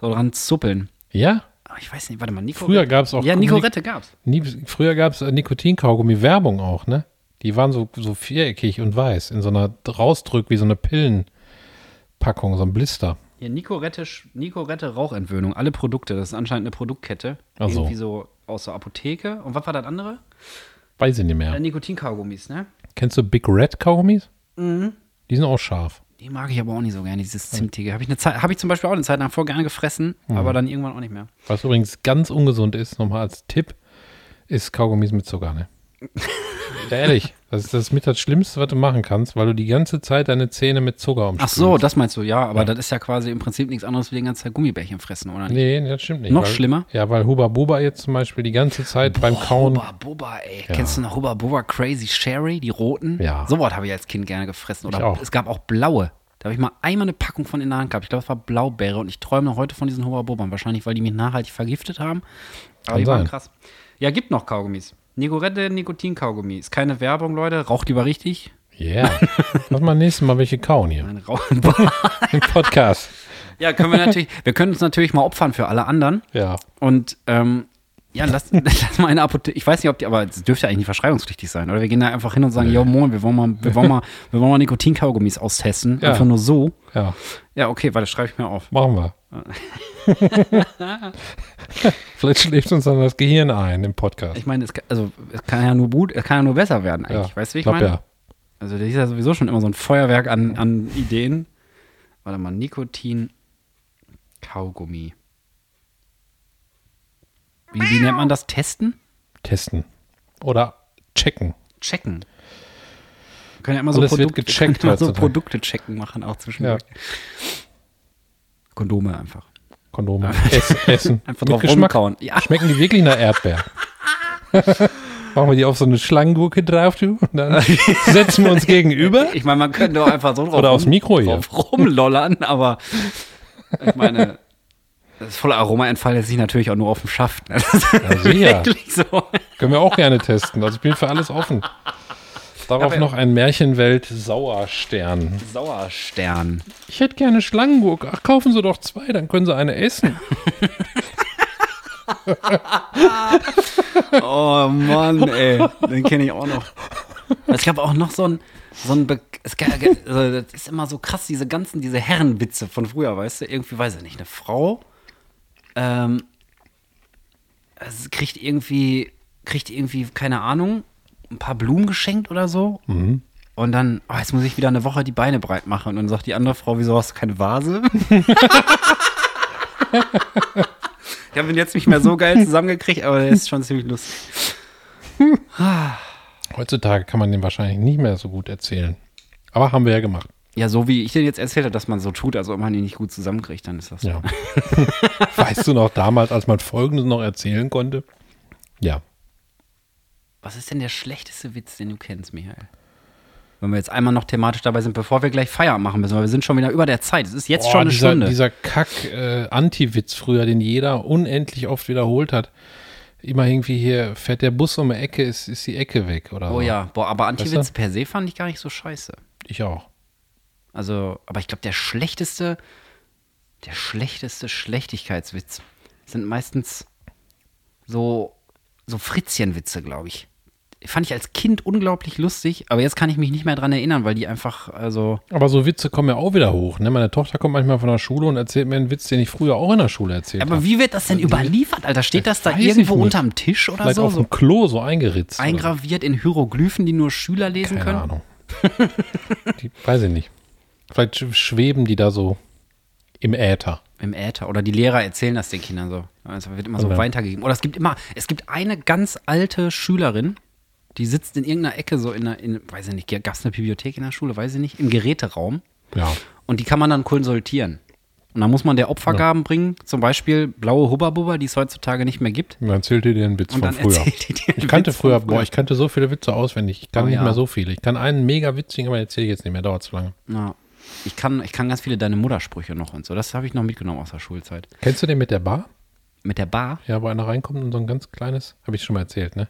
Speaker 2: so dran zuppeln.
Speaker 1: Ja?
Speaker 2: Aber ich weiß nicht, warte mal, Nicorette.
Speaker 1: Früher gab's auch
Speaker 2: Ja,
Speaker 1: Nik-
Speaker 2: Nicorette gab's.
Speaker 1: Nie, früher gab es Nikotinkaugummi-Werbung auch, ne? Die waren so, so viereckig und weiß, in so einer Rausdrück, wie so eine Pillenpackung, so ein Blister.
Speaker 2: Ja, Nicorette, Sch- Nicorette Rauchentwöhnung, alle Produkte. Das ist anscheinend eine Produktkette.
Speaker 1: Ach so.
Speaker 2: Irgendwie so aus der Apotheke. Und was war das andere?
Speaker 1: Weiß ich nicht mehr.
Speaker 2: Äh, Nikotinkaugummis, ne?
Speaker 1: Kennst du Big Red Kaugummis?
Speaker 2: Mhm.
Speaker 1: Die sind auch scharf.
Speaker 2: Die mag ich aber auch nicht so gerne, dieses Zimtige. Habe ich, eine Zeit- hab ich zum Beispiel auch eine Zeit lang voll gerne gefressen,
Speaker 1: Mhm.
Speaker 2: aber dann irgendwann auch nicht mehr.
Speaker 1: Was übrigens ganz ungesund ist, nochmal als Tipp, ist Kaugummis mit Zucker, ne? ja, ehrlich, das ist das mit das Schlimmste, was du machen kannst, weil du die ganze Zeit deine Zähne mit Zucker um
Speaker 2: Ach
Speaker 1: umspülst.
Speaker 2: so, das meinst du, ja, aber das ist ja quasi im Prinzip nichts anderes wie die ganze Zeit Gummibärchen fressen, oder nicht?
Speaker 1: Nee, nee, das stimmt nicht.
Speaker 2: Noch
Speaker 1: weil,
Speaker 2: schlimmer?
Speaker 1: Ja, weil Huba Buba jetzt zum Beispiel die ganze Zeit beim Kauen
Speaker 2: Hubba Bubba, Oh, ey. Kennst du noch Hubba Bubba Crazy Sherry, die roten?
Speaker 1: Ja.
Speaker 2: So was habe ich als Kind gerne gefressen. Oder
Speaker 1: Ich auch.
Speaker 2: es gab auch blaue. Da habe ich mal einmal eine Packung von in der Hand gehabt. Ich glaube, es war Blaubeere und ich träume noch heute von diesen Hubba Bubbern. Wahrscheinlich, weil die mich nachhaltig vergiftet haben. Aber
Speaker 1: Kann
Speaker 2: die waren
Speaker 1: sein.
Speaker 2: krass. Ja, gibt noch Kaugummis. Nicorette Nikotin-Kaugummi. Ist keine Werbung, Leute. Raucht lieber richtig.
Speaker 1: Ja, yeah. lass mal nächstes Mal welche kauen hier
Speaker 2: Ein Rauchbar.
Speaker 1: im Podcast.
Speaker 2: Ja, können wir natürlich, wir können uns natürlich mal opfern für alle anderen.
Speaker 1: Ja,
Speaker 2: Und ähm, ja, lass, lass mal eine Apotheke. Ich weiß nicht, ob die, aber es dürfte eigentlich nicht verschreibungspflichtig sein. Oder wir gehen da einfach hin und sagen, ja, moin, wir wollen mal, wir wollen mal, wir wollen mal Nikotinkaugummis austesten.
Speaker 1: Ja.
Speaker 2: Einfach nur so.
Speaker 1: ja,
Speaker 2: Ja, okay, warte, schreibe ich mir auf.
Speaker 1: machen wir. Vielleicht schläft uns dann das Gehirn ein im Podcast.
Speaker 2: Ich meine, es, kann- also, es kann ja nur gut, es kann ja nur besser werden eigentlich.
Speaker 1: ja.
Speaker 2: Weißt du, wie ich
Speaker 1: glaub,
Speaker 2: meine?
Speaker 1: Ja.
Speaker 2: Also der ist ja sowieso schon immer so ein Feuerwerk an, an Ideen. Warte mal, Nikotin Kaugummi. Wie, wie nennt man das? Testen?
Speaker 1: Testen oder checken.
Speaker 2: Checken. Wir können ja immer so,
Speaker 1: Alles wird
Speaker 2: Produkte-
Speaker 1: gecheckt
Speaker 2: können immer so
Speaker 1: heutzutage.
Speaker 2: Produkte checken machen, auch zwischendurch. Kondome einfach.
Speaker 1: Kondome, Ess, Essen,
Speaker 2: Einfach drauf rumkauen. Ja.
Speaker 1: Schmecken die wirklich nach Erdbeer? Machen wir die auf so eine Schlangengurke drauf, du? Und dann setzen wir uns gegenüber.
Speaker 2: Ich meine, man könnte doch einfach so drauf,
Speaker 1: Oder aufs Mikro hier.
Speaker 2: drauf rumlollern, aber ich meine, das volle Aroma entfaltet sich natürlich auch nur auf dem Schaft. ne? Das
Speaker 1: sicher.
Speaker 2: ist wirklich so.
Speaker 1: Können wir auch gerne testen. Also ich bin für alles offen. Darauf
Speaker 2: Aber-
Speaker 1: noch ein Märchenwelt Sauerstern.
Speaker 2: Sauerstern.
Speaker 1: Ich hätte gerne Schlangengurke. Ach, kaufen Sie doch zwei, dann können Sie eine essen.
Speaker 2: Oh Mann, ey. Den kenne ich auch noch. Es gab auch noch so ein, so ein Be es gab, also das ist immer so krass, diese ganzen, diese Herrenwitze von früher, weißt du? Irgendwie, weiß ich nicht, eine Frau ähm, es kriegt irgendwie, kriegt irgendwie, keine Ahnung, ein paar Blumen geschenkt oder so. Und dann, oh, jetzt muss ich wieder eine Woche die Beine breit machen. Und dann sagt die andere Frau, wieso hast du keine Vase? Ich habe ihn jetzt nicht mehr so geil zusammengekriegt, aber der ist schon ziemlich lustig.
Speaker 1: Heutzutage kann man den wahrscheinlich nicht mehr so gut erzählen. Aber haben wir ja gemacht.
Speaker 2: Ja, so wie ich dir jetzt erzählt habe, dass man so tut, als ob man ihn nicht gut zusammenkriegt, dann ist das.
Speaker 1: Ja. weißt du noch damals, als man Folgendes noch erzählen konnte? Ja.
Speaker 2: Was ist denn der schlechteste Witz, den du kennst, Michael? Wenn wir jetzt einmal noch thematisch dabei sind, bevor wir gleich Feierabend machen müssen, weil wir sind schon wieder über der Zeit. Es ist jetzt schon eine
Speaker 1: dieser,
Speaker 2: Stunde.
Speaker 1: Dieser Kack-Anti-Witz früher, den jeder unendlich oft wiederholt hat. Immer irgendwie hier fährt der Bus um die Ecke, ist, ist die Ecke weg oder
Speaker 2: oh
Speaker 1: so.
Speaker 2: ja, boah, aber Antiwitz
Speaker 1: Weißt du?
Speaker 2: per se fand ich gar nicht so scheiße.
Speaker 1: Ich auch.
Speaker 2: Also, aber ich glaube, der schlechteste, der schlechteste Schlechtigkeitswitz sind meistens so, so Fritzchenwitze, glaube ich. Fand ich als Kind unglaublich lustig, aber jetzt kann ich mich nicht mehr dran erinnern, weil die einfach, also,
Speaker 1: Aber so Witze kommen ja auch wieder hoch. Ne? Meine Tochter kommt manchmal von der Schule und erzählt mir einen Witz, den ich früher auch in der Schule erzählt habe.
Speaker 2: Aber wie wird das denn überliefert, Alter? Steht das da
Speaker 1: Also, weiß ich
Speaker 2: irgendwo
Speaker 1: nicht.
Speaker 2: unterm Tisch oder
Speaker 1: Vielleicht
Speaker 2: so?
Speaker 1: auf
Speaker 2: so
Speaker 1: dem Klo so eingeritzt. oder so.
Speaker 2: eingraviert in Hieroglyphen, die nur Schüler lesen
Speaker 1: Keine
Speaker 2: können?
Speaker 1: Ahnung. die, weiß ich nicht. Vielleicht sch- schweben die da so im Äther.
Speaker 2: Im Äther. Oder die Lehrer erzählen das den Kindern so. Es wird immer so
Speaker 1: Oder-
Speaker 2: weitergegeben. Oder es gibt immer, es gibt eine ganz alte Schülerin, die sitzt in irgendeiner Ecke so in, einer, in weiß ich nicht, gab es eine Bibliothek in der Schule, weiß ich nicht, im Geräteraum.
Speaker 1: Ja.
Speaker 2: Und die kann man dann konsultieren. Und dann muss man der Opfergaben bringen, zum Beispiel blaue Hubba-Bubba, die es heutzutage nicht mehr gibt.
Speaker 1: Man erzählt dir den Witz
Speaker 2: Und
Speaker 1: von
Speaker 2: dann
Speaker 1: früher.
Speaker 2: erzählt die dir
Speaker 1: Ich kannte
Speaker 2: Witz von
Speaker 1: früher, boah, ich kannte so viele Witze auswendig. Ich kann
Speaker 2: Oh
Speaker 1: nicht
Speaker 2: ja.
Speaker 1: mehr so viele. Ich kann einen mega witzigen, aber erzähle ich jetzt nicht mehr. Dauert zu lange.
Speaker 2: Ja. Ich kann, ich kann ganz viele deine Muttersprüche noch und so. Das habe ich noch mitgenommen aus der Schulzeit.
Speaker 1: Kennst du den mit der Bar?
Speaker 2: Mit der Bar?
Speaker 1: Ja, wo einer reinkommt und so ein ganz kleines, habe ich schon mal erzählt, ne?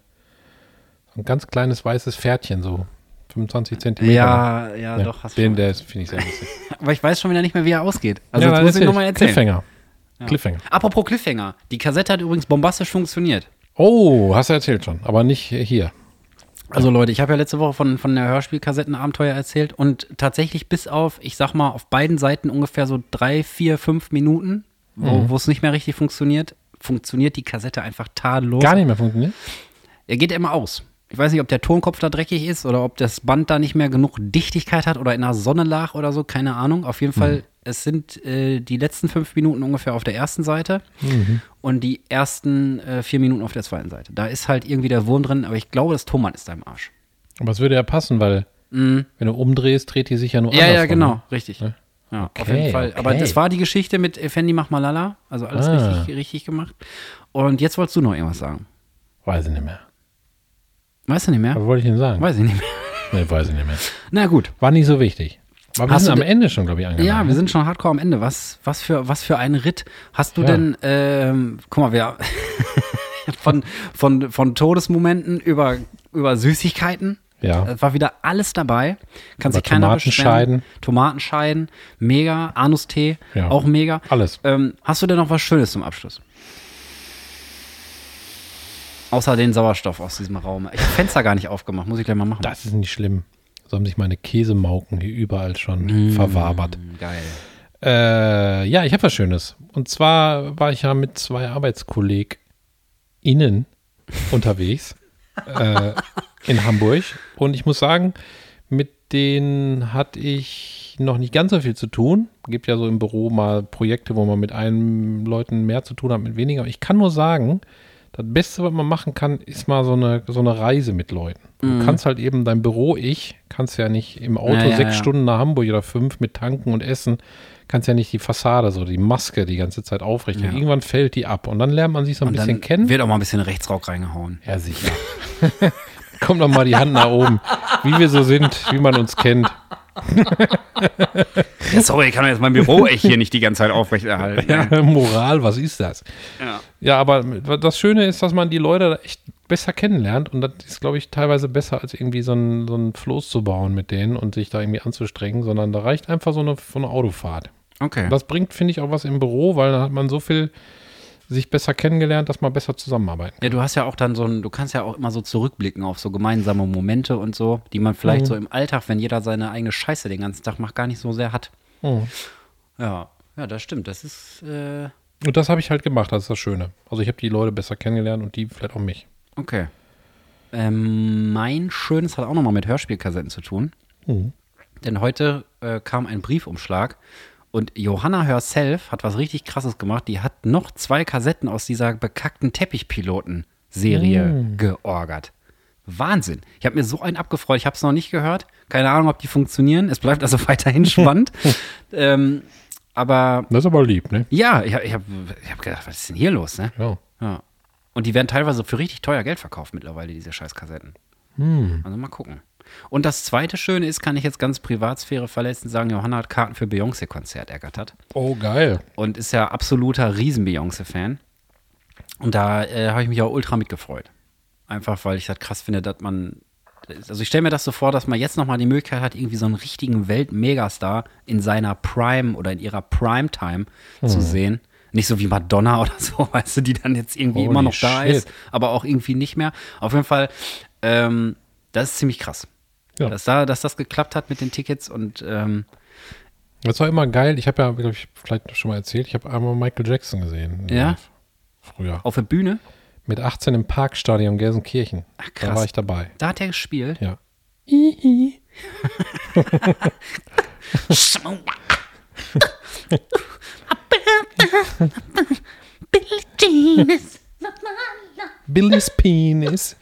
Speaker 1: So ein ganz kleines weißes Pferdchen, so 25 Zentimeter.
Speaker 2: Ja, ja,
Speaker 1: Ne,
Speaker 2: doch. Hast
Speaker 1: den,
Speaker 2: schon.
Speaker 1: der ist, finde ich sehr lustig.
Speaker 2: Aber ich weiß schon wieder nicht mehr, wie er ausgeht. Also
Speaker 1: nein,
Speaker 2: jetzt muss ich
Speaker 1: erzähl.
Speaker 2: nochmal erzählen.
Speaker 1: Cliffhanger. Cliffhanger.
Speaker 2: Apropos Cliffhanger. Die Kassette hat übrigens bombastisch funktioniert.
Speaker 1: Oh, hast du erzählt schon, aber nicht hier.
Speaker 2: Also Leute, ich habe ja letzte Woche von, von der Hörspielkassettenabenteuer erzählt und tatsächlich bis auf, ich sag mal, auf beiden Seiten ungefähr so drei, vier, fünf Minuten, wo
Speaker 1: Mhm.
Speaker 2: wo es nicht mehr richtig funktioniert, funktioniert die Kassette einfach tadellos.
Speaker 1: Gar nicht mehr funktioniert.
Speaker 2: Er geht immer aus. Ich weiß nicht, ob der Tonkopf da dreckig ist oder ob das Band da nicht mehr genug Dichtigkeit hat oder in der Sonne lag oder so, keine Ahnung. Auf jeden
Speaker 1: Hm.
Speaker 2: Fall, es sind äh, die letzten fünf Minuten ungefähr auf der ersten Seite
Speaker 1: Mhm.
Speaker 2: und die ersten äh, vier Minuten auf der zweiten Seite. Da ist halt irgendwie der Wurm drin, aber ich glaube, das Thomann ist da im Arsch.
Speaker 1: Aber es würde ja passen, weil wenn du umdrehst, dreht die sich ja nur
Speaker 2: Mhm. Ja, ja,
Speaker 1: andersrum,
Speaker 2: genau,
Speaker 1: ne?
Speaker 2: richtig.
Speaker 1: Ne?
Speaker 2: Ja, auf
Speaker 1: Okay,
Speaker 2: jeden Fall. Aber
Speaker 1: okay.
Speaker 2: das war die Geschichte mit Effendi mach mal lala, also alles
Speaker 1: Ah.
Speaker 2: richtig, richtig gemacht. Und jetzt wolltest du noch irgendwas sagen.
Speaker 1: Weiß ich nicht mehr.
Speaker 2: Weißt du nicht mehr?
Speaker 1: Was wollte ich denn sagen?
Speaker 2: Weiß ich nicht mehr.
Speaker 1: Nee, weiß ich nicht mehr.
Speaker 2: Na gut.
Speaker 1: War nicht so wichtig. Aber wir
Speaker 2: Hast
Speaker 1: sind
Speaker 2: du
Speaker 1: am
Speaker 2: de-
Speaker 1: Ende schon, glaube ich, angekommen.
Speaker 2: Ja, wir sind schon hardcore am Ende. Was, was, für, was für ein Ritt. Hast du
Speaker 1: Ja.
Speaker 2: denn, ähm, guck mal, wir von, von, von Todesmomenten über, über Süßigkeiten.
Speaker 1: Ja.
Speaker 2: Es war wieder alles dabei. Kann
Speaker 1: Über
Speaker 2: sich keiner
Speaker 1: Tomatenscheiden.
Speaker 2: beschweren. Tomatenscheiden, mega. Anustee,
Speaker 1: Ja.
Speaker 2: auch mega.
Speaker 1: Alles.
Speaker 2: Ähm, hast du denn noch was Schönes zum Abschluss? Außer den Sauerstoff aus diesem Raum. Ich habe Fenster gar nicht aufgemacht, muss ich gleich mal machen.
Speaker 1: Das ist nicht schlimm. So haben sich meine Käsemauken hier überall schon
Speaker 2: Mhm.
Speaker 1: verwabert.
Speaker 2: Hm, Geil.
Speaker 1: Äh, ja, ich habe was Schönes. Und zwar war ich ja mit zwei ArbeitskollegInnen unterwegs äh, in Hamburg. Und ich muss sagen, mit denen hatte ich noch nicht ganz so viel zu tun. Gibt ja so im Büro mal Projekte, wo man mit einem Leuten mehr zu tun hat, mit weniger. Aber ich kann nur sagen, das Beste, was man machen kann, ist mal so eine, so eine Reise mit Leuten. Du kannst halt eben dein Büro, ich, kannst ja nicht im Auto
Speaker 2: Mhm. Ja, ja,
Speaker 1: sechs
Speaker 2: ja.
Speaker 1: Stunden nach Hamburg oder fünf mit Tanken und Essen, kannst ja nicht die Fassade, so die Maske die ganze Zeit aufrichten.
Speaker 2: Ja.
Speaker 1: Irgendwann fällt die ab und dann lernt man sich so ein
Speaker 2: Und
Speaker 1: bisschen
Speaker 2: dann
Speaker 1: kennen.
Speaker 2: wird auch mal ein bisschen Rechtsrock reingehauen.
Speaker 1: Ja, sicher. Komm doch mal die Hand nach oben. Wie wir so sind, wie man uns kennt.
Speaker 2: Ja, sorry, ich kann jetzt mein Büro echt hier nicht die ganze Zeit aufrechterhalten.
Speaker 1: Moral, was ist das? Ja, aber das Schöne ist, dass man die Leute da echt besser kennenlernt und das ist, glaube ich, teilweise besser, als irgendwie so einen so einen Floß zu bauen mit denen und sich da irgendwie anzustrengen, sondern da reicht einfach so eine, so eine Autofahrt.
Speaker 2: Okay.
Speaker 1: Das bringt, finde ich, auch was im Büro, weil da hat man so viel sich besser kennengelernt, dass man besser zusammenarbeiten
Speaker 2: Ja, du hast ja auch dann so ein, du kannst ja auch immer so zurückblicken auf so gemeinsame Momente und so, die man vielleicht so im Alltag, wenn jeder seine eigene Scheiße den ganzen Tag macht, gar nicht so sehr hat.
Speaker 1: kann. Mhm.
Speaker 2: Ja, ja, das stimmt. Das ist äh,
Speaker 1: Und das habe ich halt gemacht, das ist das Schöne. Also ich habe die Leute besser kennengelernt und die vielleicht auch mich.
Speaker 2: okay. Ähm, mein schönes hat auch nochmal mit Hörspielkassetten zu tun.
Speaker 1: Mhm.
Speaker 2: Denn heute äh, kam ein Briefumschlag und Johanna Herself hat was richtig krasses gemacht. Die hat noch zwei Kassetten aus dieser bekackten Teppichpiloten-Serie georgert. Wahnsinn. Ich habe mir so einen abgefreut. Ich habe es noch nicht gehört. Keine Ahnung, ob die funktionieren. Es bleibt also weiterhin spannend. ähm, aber
Speaker 1: Das ist aber lieb, ne?
Speaker 2: ja, ich habe ich hab, ich hab gedacht, was ist denn hier los? Ne?
Speaker 1: Ja.
Speaker 2: Ja. Und die werden teilweise für richtig teuer Geld verkauft mittlerweile, diese Scheißkassetten. Also mal gucken. Und das zweite Schöne ist, kann ich jetzt ganz Privatsphäre verletzen, sagen, Johanna hat Karten für Beyoncé-Konzert ergattert
Speaker 1: Oh, geil.
Speaker 2: und ist ja absoluter Riesen-Beyoncé-Fan. Und da äh, habe ich mich auch ultra mitgefreut. Einfach, weil ich das krass finde, dass man. Also ich stelle mir das so vor, dass man jetzt nochmal die Möglichkeit hat, irgendwie so einen richtigen Welt-Megastar in seiner Prime oder in ihrer Primetime
Speaker 1: Hm.
Speaker 2: zu sehen. Nicht so wie Madonna oder so, weißt du, die dann jetzt irgendwie
Speaker 1: Holy
Speaker 2: immer noch da
Speaker 1: shit.
Speaker 2: ist, aber auch irgendwie nicht mehr. Auf jeden Fall, ähm, das ist ziemlich krass.
Speaker 1: Ja.
Speaker 2: Dass, da, dass das geklappt hat mit den Tickets und ähm,
Speaker 1: Das war immer geil. Ich habe ja, glaube ich, vielleicht schon mal erzählt, ich habe einmal Michael Jackson gesehen.
Speaker 2: Ja?
Speaker 1: Live. Früher.
Speaker 2: auf der Bühne,
Speaker 1: Mit 18 im Parkstadion Gelsenkirchen. Ach,
Speaker 2: krass.
Speaker 1: Da war ich dabei.
Speaker 2: da hat er gespielt.
Speaker 1: Ja. Billy's Penis.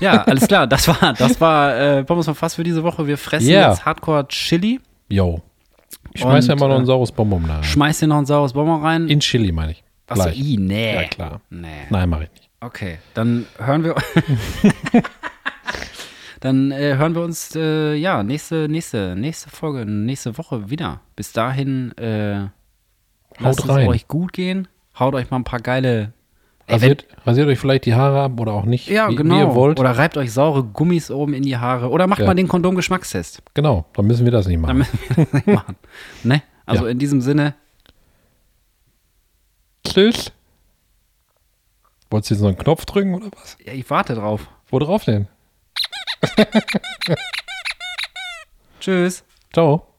Speaker 2: Ja, alles klar, das war, das war äh, Pommes und Fass für diese Woche. Wir fressen
Speaker 1: Yeah.
Speaker 2: jetzt Hardcore Chili.
Speaker 1: Yo. Ich schmeiß ja
Speaker 2: Und,
Speaker 1: immer noch
Speaker 2: äh,
Speaker 1: ein saures Bonbon da rein.
Speaker 2: Schmeiß dir noch ein saures Bonbon rein.
Speaker 1: In Chili, meine ich.
Speaker 2: Achso,
Speaker 1: Gleich.
Speaker 2: i, nee.
Speaker 1: Ja, klar.
Speaker 2: Nee.
Speaker 1: Nein, mache ich nicht.
Speaker 2: Okay, dann hören wir. dann äh, hören wir uns, äh, ja, nächste, nächste, nächste Folge, nächste Woche wieder. Bis dahin, äh, lasst es
Speaker 1: rein.
Speaker 2: euch gut gehen. Haut euch mal ein paar geile. Ey, wenn-
Speaker 1: Rasiert, rasiert euch vielleicht die Haare ab oder auch nicht.
Speaker 2: ja,
Speaker 1: wie,
Speaker 2: genau.
Speaker 1: Wie ihr wollt.
Speaker 2: Oder reibt euch saure Gummis oben in die Haare. Oder macht
Speaker 1: Ja.
Speaker 2: mal den Kondom-Geschmackstest.
Speaker 1: genau, dann müssen wir das nicht machen.
Speaker 2: Dann müssen wir das nicht machen. Ne? Also
Speaker 1: Ja.
Speaker 2: in diesem Sinne,
Speaker 1: Tschüss. Wolltest du jetzt noch einen Knopf drücken oder was?
Speaker 2: ja, ich warte drauf.
Speaker 1: Wo drauf denn?
Speaker 2: Tschüss.
Speaker 1: Ciao.